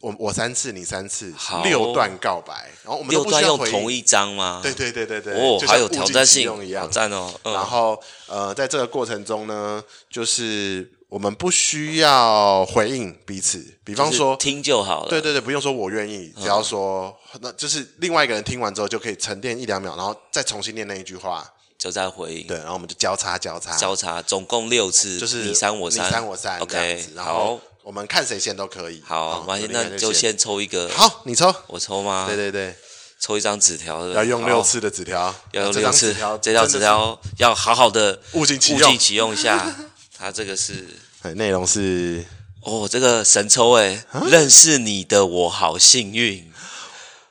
[SPEAKER 1] 我我三次，你三次
[SPEAKER 2] 好，
[SPEAKER 1] 六段告白，然后我们都
[SPEAKER 2] 六
[SPEAKER 1] 不需
[SPEAKER 2] 段
[SPEAKER 1] 要
[SPEAKER 2] 用
[SPEAKER 1] 回
[SPEAKER 2] 同一章吗？
[SPEAKER 1] 对对对对对，
[SPEAKER 2] 哦，
[SPEAKER 1] 就像
[SPEAKER 2] 还有
[SPEAKER 1] 物尽
[SPEAKER 2] 挑战
[SPEAKER 1] 其
[SPEAKER 2] 性
[SPEAKER 1] 用一，
[SPEAKER 2] 好
[SPEAKER 1] 样。
[SPEAKER 2] 赞哦。嗯
[SPEAKER 1] 然后呃，在这个过程中呢，就是我们不需要回应彼此，比方
[SPEAKER 2] 就是
[SPEAKER 1] 说。
[SPEAKER 2] 听呃嗯就好了，
[SPEAKER 1] 对对对，不用说我愿意，只要说，那就是另外一个人听完之后就可以沉淀一两秒，然后再重新念那一句话，
[SPEAKER 2] 就在回应
[SPEAKER 1] 对，然后我们就交叉交叉，
[SPEAKER 2] 嗯交叉，总共六次，
[SPEAKER 1] 就是
[SPEAKER 2] 你三我
[SPEAKER 1] 你
[SPEAKER 2] 三，
[SPEAKER 1] 三我三这样
[SPEAKER 2] ，OK，
[SPEAKER 1] 子然后
[SPEAKER 2] 好，
[SPEAKER 1] 我们看谁先都可以。
[SPEAKER 2] 好，没关系，
[SPEAKER 1] 有另
[SPEAKER 2] 那
[SPEAKER 1] 外
[SPEAKER 2] 就
[SPEAKER 1] 先
[SPEAKER 2] 先抽一个，
[SPEAKER 1] 好，你抽。
[SPEAKER 2] 我抽吗？
[SPEAKER 1] 对，对对，
[SPEAKER 2] 抽一张纸条，对不对
[SPEAKER 1] 要用六
[SPEAKER 2] 好
[SPEAKER 1] 次的纸条，
[SPEAKER 2] 要用
[SPEAKER 1] 这
[SPEAKER 2] 六
[SPEAKER 1] 张
[SPEAKER 2] 次
[SPEAKER 1] 纸条，，
[SPEAKER 2] 这张
[SPEAKER 1] 真
[SPEAKER 2] 纸
[SPEAKER 1] 的是
[SPEAKER 2] 条要好好的
[SPEAKER 1] 物尽其
[SPEAKER 2] 物
[SPEAKER 1] 用
[SPEAKER 2] 尽。其用
[SPEAKER 1] *laughs*
[SPEAKER 2] 一下。它这个是
[SPEAKER 1] 哎内容是
[SPEAKER 2] 哦，这个神抽哎，
[SPEAKER 1] 啊
[SPEAKER 2] 认识你的我好幸运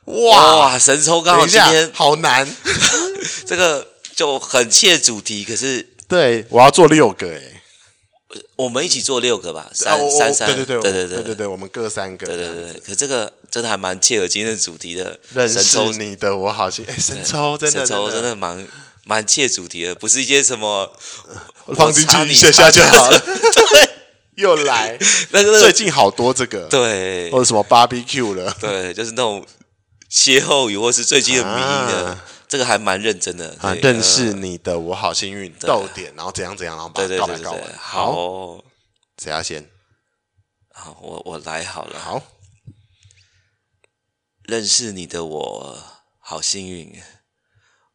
[SPEAKER 1] 哇，
[SPEAKER 2] 哇！神抽刚
[SPEAKER 1] 等
[SPEAKER 2] 好
[SPEAKER 1] 一
[SPEAKER 2] 今
[SPEAKER 1] 下
[SPEAKER 2] 天
[SPEAKER 1] 好难。
[SPEAKER 2] 这个就很切主题，可是
[SPEAKER 1] 对，我要做六个哎，
[SPEAKER 2] 我们一起做六个吧，
[SPEAKER 1] 啊
[SPEAKER 2] 三
[SPEAKER 1] 我我
[SPEAKER 2] 三三，
[SPEAKER 1] 对对
[SPEAKER 2] 对
[SPEAKER 1] 对
[SPEAKER 2] 对
[SPEAKER 1] 对对对，我们各三个。
[SPEAKER 2] 对对对对，可这个真的还蛮切合今天的主题的，
[SPEAKER 1] 认
[SPEAKER 2] 神抽
[SPEAKER 1] 识你的我好心，哎，神抽真的
[SPEAKER 2] 神抽真的蛮蛮切主题的，不是一些什么
[SPEAKER 1] 放进
[SPEAKER 2] 我插
[SPEAKER 1] 去
[SPEAKER 2] 你
[SPEAKER 1] 一下下就好了。
[SPEAKER 2] *laughs*
[SPEAKER 1] 又来，
[SPEAKER 2] 那个
[SPEAKER 1] 最近好多这个，
[SPEAKER 2] 对
[SPEAKER 1] 或者什么 barbecue 了，
[SPEAKER 2] 对，就是那种歇后语或是最近的迷音的，
[SPEAKER 1] 啊
[SPEAKER 2] 这个还蛮认真的。
[SPEAKER 1] 啊，
[SPEAKER 2] 对
[SPEAKER 1] 认
[SPEAKER 2] 呃
[SPEAKER 1] 识你的我好幸运，逗点，然后怎样怎样，然后把
[SPEAKER 2] 对对
[SPEAKER 1] 告
[SPEAKER 2] 对
[SPEAKER 1] 白
[SPEAKER 2] 对
[SPEAKER 1] 告
[SPEAKER 2] 对
[SPEAKER 1] 完，。
[SPEAKER 2] 好哦，
[SPEAKER 1] 谁要先？
[SPEAKER 2] 好，我我来好了。
[SPEAKER 1] 好，
[SPEAKER 2] 认识你的我好幸运，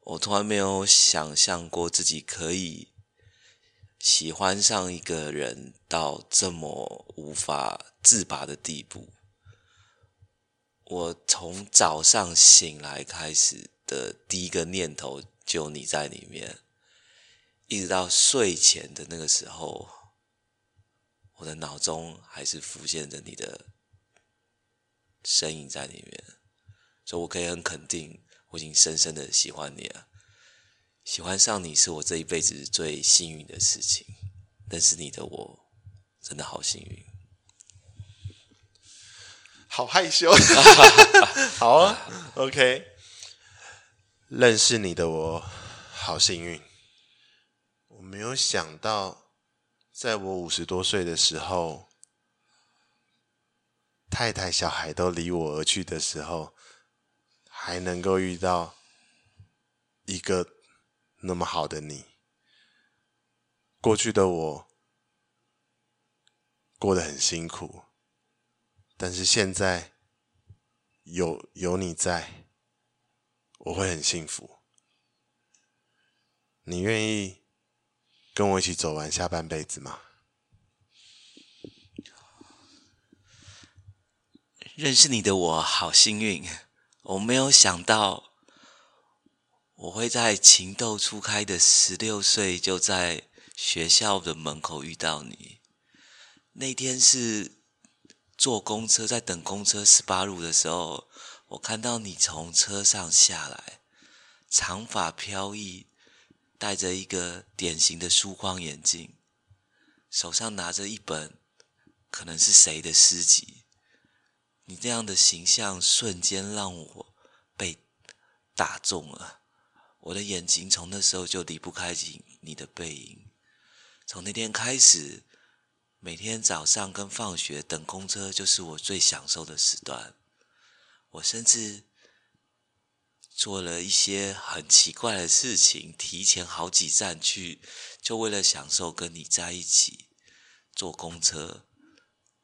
[SPEAKER 2] 我从来没有想象过自己可以喜欢上一个人到这么无法自拔的地步。我从早上醒来开始的第一个念头就你在里面，一直到睡前的那个时候，我的脑中还是浮现着你的身影在里面，所以我可以很肯定，我已经深深的喜欢你了。喜欢上你是我这一辈子最幸运的事情，认识你的我真的好幸运。
[SPEAKER 1] 好害羞。好啊，OK。认识你的我，好幸运。我没有想到，在我五十多岁的时候，太太、小孩都离我而去的时候，还能够遇到一个那么好的你。过去的我过得很辛苦，但是现在有有你在，我会很幸福。你愿意跟我一起走完下半辈子吗？
[SPEAKER 2] 认识你的我好幸运，我没有想到我会在情窦初开的十六岁就在学校的门口遇到你。那天是坐公车，在等公车十八路的时候，我看到你从车上下来，长发飘逸，戴着一个典型的梳框眼镜，手上拿着一本可能是谁的诗集。你这样的形象瞬间让我被打中了，我的眼睛从那时候就离不开你你的背影。从那天开始，每天早上跟放学等公车就是我最享受的时段。我甚至做了一些很奇怪的事情，提前好几站去，就为了享受跟你在一起坐公车。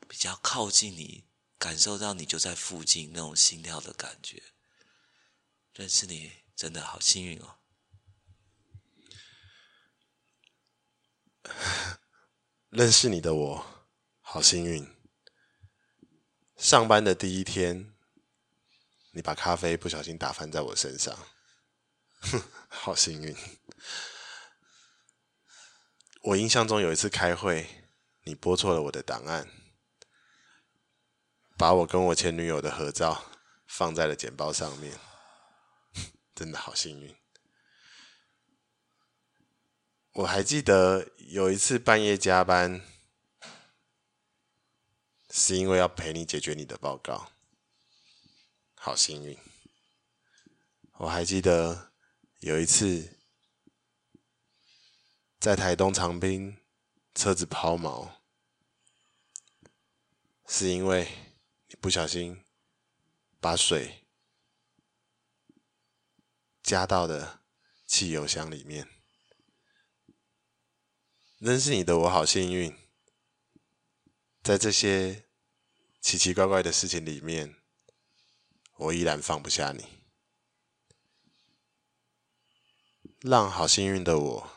[SPEAKER 2] 比较靠近你，感受到你就在附近那种心跳的感觉。认识你真的好幸运哦！
[SPEAKER 1] 认识你的我，好幸运。上班的第一天，你把咖啡不小心打翻在我身上， *laughs* 好幸运。我印象中有一次开会，你拨错了我的档案，把我跟我前女友的合照放在了简报上面， *laughs* 真的好幸运。我还记得有一次半夜加班，是因为要陪你解决你的报告。好幸运。我还记得有一次在台东长滨，车子抛锚，是因为你不小心把水加到的汽油箱里面。认识你的我好幸运，在这些奇奇怪怪的事情里面，我依然放不下你。让好幸运的我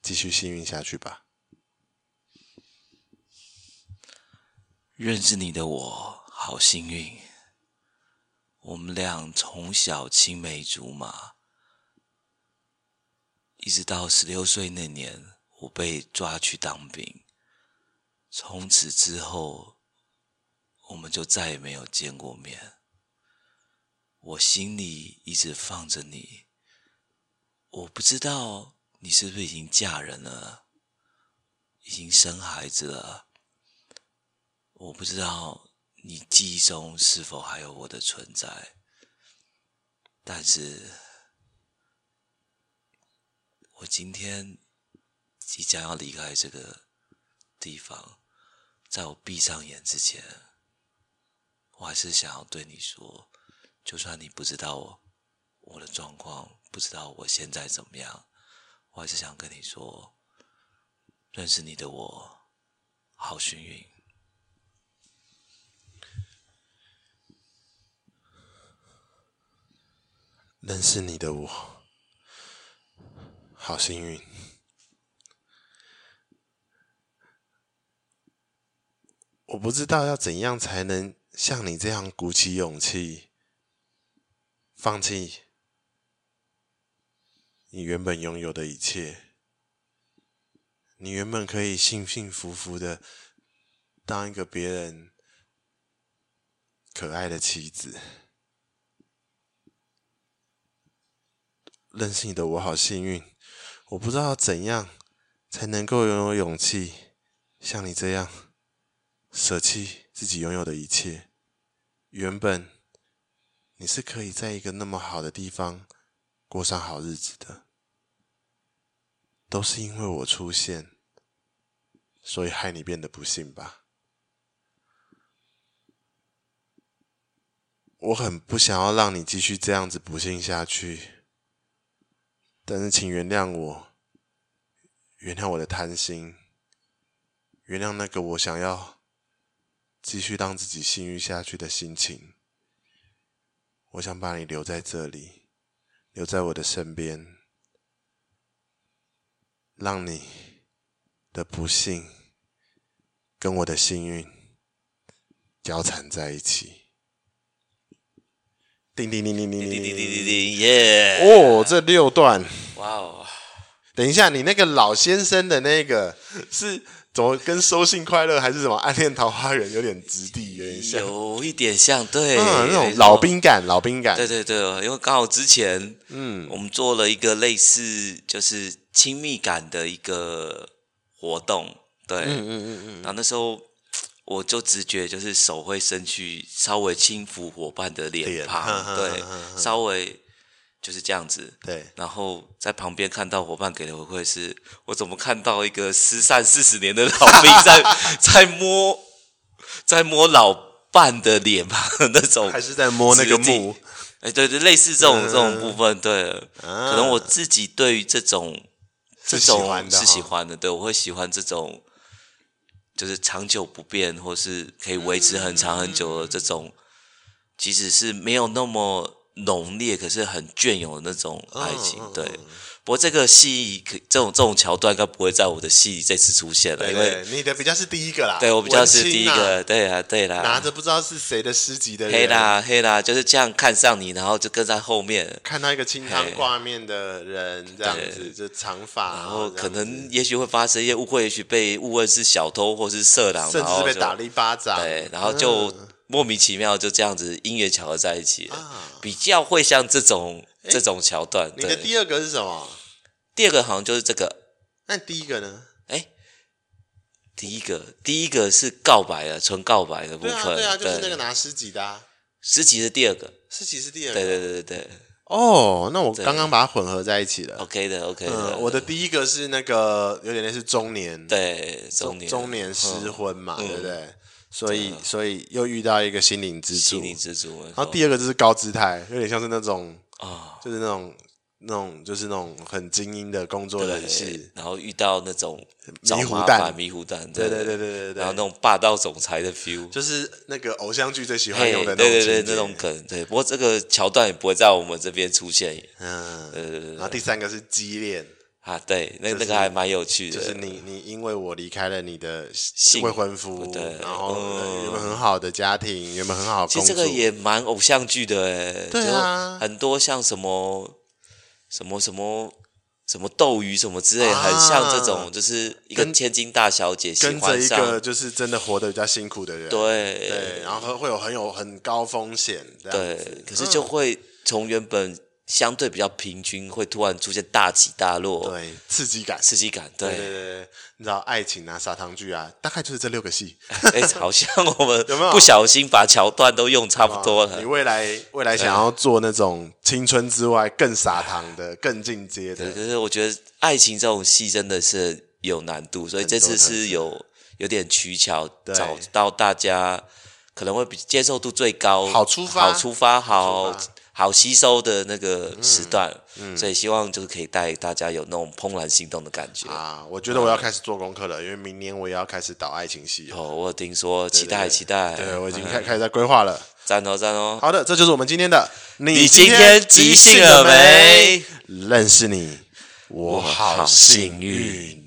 [SPEAKER 1] 继续幸运下去吧。
[SPEAKER 2] 认识你的我好幸运，我们俩从小青梅竹马，一直到十六岁那年，我被抓去当兵，从此之后，我们就再也没有见过面。我心里一直放着你，我不知道你是不是已经嫁人了，已经生孩子了。我不知道你记忆中是否还有我的存在，但是，我今天即将要离开这个地方，在我闭上眼之前，我还是想要对你说，就算你不知道我我的状况，不知道我现在怎么样，我还是想跟你说，认识你的我，好幸运。
[SPEAKER 1] 认识你的我，好幸运。我不知道要怎样才能像你这样鼓起勇气，放弃你原本拥有的一切。你原本可以幸幸福福的当一个别人可爱的妻子。认识你的我好幸运，我不知道怎样才能够拥有勇气，像你这样舍弃自己拥有的一切。原本你是可以在一个那么好的地方过上好日子的，都是因为我出现，所以害你变得不幸吧。我很不想要让你继续这样子不幸下去。但是请原谅我，原谅我的贪心，原谅那个我想要继续让自己幸运下去的心情。我想把你留在这里，留在我的身边，让你的不幸跟我的幸运交缠在一起。叮叮叮叮叮
[SPEAKER 2] 叮
[SPEAKER 1] 叮叮
[SPEAKER 2] 叮叮
[SPEAKER 1] 叮
[SPEAKER 2] 叮叮
[SPEAKER 1] 叮！
[SPEAKER 2] 叮，耶！
[SPEAKER 1] 嗯哦，这六段。
[SPEAKER 2] 哇哦！
[SPEAKER 1] 等一下，你那个老先生的那个 *laughs* 是怎么跟收信快乐还是什么暗恋桃花源有点质地，有点像，
[SPEAKER 2] 有一点像，对，
[SPEAKER 1] 嗯，那
[SPEAKER 2] 没
[SPEAKER 1] 种
[SPEAKER 2] 错
[SPEAKER 1] 老。兵感，老兵感
[SPEAKER 2] 对，对对，因为刚好之前，嗯，我们做了一个类似就是亲密感的一个活动，对，嗯嗯嗯嗯。然后那时候我就直觉就是手会伸去稍微轻抚伙伴的脸
[SPEAKER 1] 脸
[SPEAKER 2] 庞
[SPEAKER 1] 哼，哼
[SPEAKER 2] 对
[SPEAKER 1] 哼哼，
[SPEAKER 2] 稍微就是这样子，
[SPEAKER 1] 对，
[SPEAKER 2] 然后在旁边看到伙伴给的回馈是，我怎么看到一个失散四十年的老兵在 *laughs* 在摸在摸老伴的脸吧 *laughs* 那种，
[SPEAKER 1] 还是在摸那个木，嗯啊
[SPEAKER 2] 哎，对对，类似这种这种部分，对，可能我自己对于这种这
[SPEAKER 1] 是
[SPEAKER 2] 种
[SPEAKER 1] 喜欢的
[SPEAKER 2] 是喜
[SPEAKER 1] 哈
[SPEAKER 2] 欢的，对我会喜欢这种就是长久不变，或是可以维持很长很久的这种，
[SPEAKER 1] 嗯
[SPEAKER 2] 即使是没有那么浓烈，可是很隽永的那种爱
[SPEAKER 1] 嗯
[SPEAKER 2] 情，对。不过这个戏可这种这种桥段应该不会在我的戏里这次出现了，
[SPEAKER 1] 对
[SPEAKER 2] 因为
[SPEAKER 1] 对，你的比较是第一个啦，
[SPEAKER 2] 对我比较是第一
[SPEAKER 1] 文青
[SPEAKER 2] 个，对啊对啦，
[SPEAKER 1] 啊，拿着不知道是谁的诗集的
[SPEAKER 2] 黑啊
[SPEAKER 1] 人，
[SPEAKER 2] 啦黑啦，就是这样看上你，然后就跟在后面，
[SPEAKER 1] 看到一个清汤
[SPEAKER 2] 嘿
[SPEAKER 1] 挂面的人这样子，就长发，啊
[SPEAKER 2] 然
[SPEAKER 1] 然
[SPEAKER 2] 后可能也许会发生一些误会，也许被误问是小偷或是色狼，
[SPEAKER 1] 甚
[SPEAKER 2] 然
[SPEAKER 1] 至是
[SPEAKER 2] 后
[SPEAKER 1] 被
[SPEAKER 2] 啊就
[SPEAKER 1] 打了一巴掌，
[SPEAKER 2] 对，哎然后就
[SPEAKER 1] 嗯
[SPEAKER 2] 莫名其妙就这样子因缘巧合在一起了，
[SPEAKER 1] 啊
[SPEAKER 2] 比较会像这种这种桥段。
[SPEAKER 1] 你的
[SPEAKER 2] 对，
[SPEAKER 1] 第二个是什么？
[SPEAKER 2] 第二个好像就是这个，
[SPEAKER 1] 那第一个呢？
[SPEAKER 2] 哎，第一个第一个是告白了，纯告白的部
[SPEAKER 1] 对啊，
[SPEAKER 2] 分，
[SPEAKER 1] 对啊，就是那
[SPEAKER 2] 对
[SPEAKER 1] 个拿诗集的啊，
[SPEAKER 2] 诗集是第二个，
[SPEAKER 1] 是其实第二个
[SPEAKER 2] 对对对对对
[SPEAKER 1] 哦，那我刚刚把它混合在一起了。
[SPEAKER 2] ，OK 的 OK 的，
[SPEAKER 1] 嗯，我的第一个是那个有点类似中年，
[SPEAKER 2] 对中年嗯
[SPEAKER 1] 中年失婚嘛，对不对？所以所以又遇到一个心灵支柱
[SPEAKER 2] 啊心，灵之主，然
[SPEAKER 1] 然后第二个就是高姿态，有点像是那种
[SPEAKER 2] 啊，
[SPEAKER 1] 就是那种那种就是那种很精英的工作人
[SPEAKER 2] 对
[SPEAKER 1] 士，，
[SPEAKER 2] 然后遇到那种
[SPEAKER 1] 迷
[SPEAKER 2] 找
[SPEAKER 1] 糊
[SPEAKER 2] 麻
[SPEAKER 1] 蛋
[SPEAKER 2] 烦迷糊蛋，
[SPEAKER 1] 对对对对对对，
[SPEAKER 2] 然后那种霸道总裁的 feel，
[SPEAKER 1] 就是那个偶像剧最喜欢
[SPEAKER 2] 嘿
[SPEAKER 1] 用的
[SPEAKER 2] 对
[SPEAKER 1] 那种
[SPEAKER 2] 对对
[SPEAKER 1] 情节
[SPEAKER 2] 那种梗，对，不过这个桥段也不会在我们这边出现
[SPEAKER 1] 嗯，
[SPEAKER 2] 对对对
[SPEAKER 1] 然后第三个是激恋，
[SPEAKER 2] 啊，对，那
[SPEAKER 1] 就是
[SPEAKER 2] 那个还蛮有趣的，
[SPEAKER 1] 就是你你因为我离开了你的
[SPEAKER 2] 性
[SPEAKER 1] 未婚夫
[SPEAKER 2] 对，
[SPEAKER 1] 然后呃
[SPEAKER 2] 嗯
[SPEAKER 1] 原本很好的家庭，原本很好的
[SPEAKER 2] 其
[SPEAKER 1] 工
[SPEAKER 2] 实这
[SPEAKER 1] 作，
[SPEAKER 2] 个也蛮偶像剧的哎，
[SPEAKER 1] 对啊
[SPEAKER 2] 就很多像什么什么什么什么斗鱼什么之类，
[SPEAKER 1] 啊
[SPEAKER 2] 很像这种，就是一个
[SPEAKER 1] 跟
[SPEAKER 2] 千金大小姐喜
[SPEAKER 1] 跟着
[SPEAKER 2] 欢
[SPEAKER 1] 一
[SPEAKER 2] 上
[SPEAKER 1] 个，就是真的活得比较辛苦的人，
[SPEAKER 2] 对
[SPEAKER 1] 对，然后会有很有很高风险，这样子
[SPEAKER 2] 对，可是就会从原本相对比较平均，会突然出现大起大落，
[SPEAKER 1] 嗯对刺激感，
[SPEAKER 2] 刺激感，
[SPEAKER 1] 对对
[SPEAKER 2] 对，
[SPEAKER 1] 对，对你知道爱情啊、撒糖剧啊，大概就是这六个戏，
[SPEAKER 2] 哎，好像我们
[SPEAKER 1] *laughs* 有没有
[SPEAKER 2] 不小心把桥段都用差不 *laughs* 多
[SPEAKER 1] 你
[SPEAKER 2] 了。
[SPEAKER 1] 未来未来想要做那种青春之外更撒糖的、更进阶
[SPEAKER 2] 对，
[SPEAKER 1] 的，
[SPEAKER 2] 可是我觉得爱情这种戏真的是有难度，所以这次是有有点取巧，
[SPEAKER 1] 对
[SPEAKER 2] 找到大家可能会比接受度最高、
[SPEAKER 1] 好出发
[SPEAKER 2] 好出发、
[SPEAKER 1] 好
[SPEAKER 2] 好
[SPEAKER 1] 出发嗯
[SPEAKER 2] 好吸收的那个时段。所以希望就是可以带大家有那种怦然心动的感觉。
[SPEAKER 1] 啊，我觉得
[SPEAKER 2] 嗯
[SPEAKER 1] 我要开始做功课了，因为明年我也要开始导爱情戏了。
[SPEAKER 2] 哦，我有听说，期待
[SPEAKER 1] 对
[SPEAKER 2] 期待，
[SPEAKER 1] 对，我已经
[SPEAKER 2] 嗯
[SPEAKER 1] 开开始在规划了。
[SPEAKER 2] 赞哦赞哦，
[SPEAKER 1] 好的，这就是我们今天的。你
[SPEAKER 2] 你今天即兴了没？
[SPEAKER 1] 认识你，我好幸运。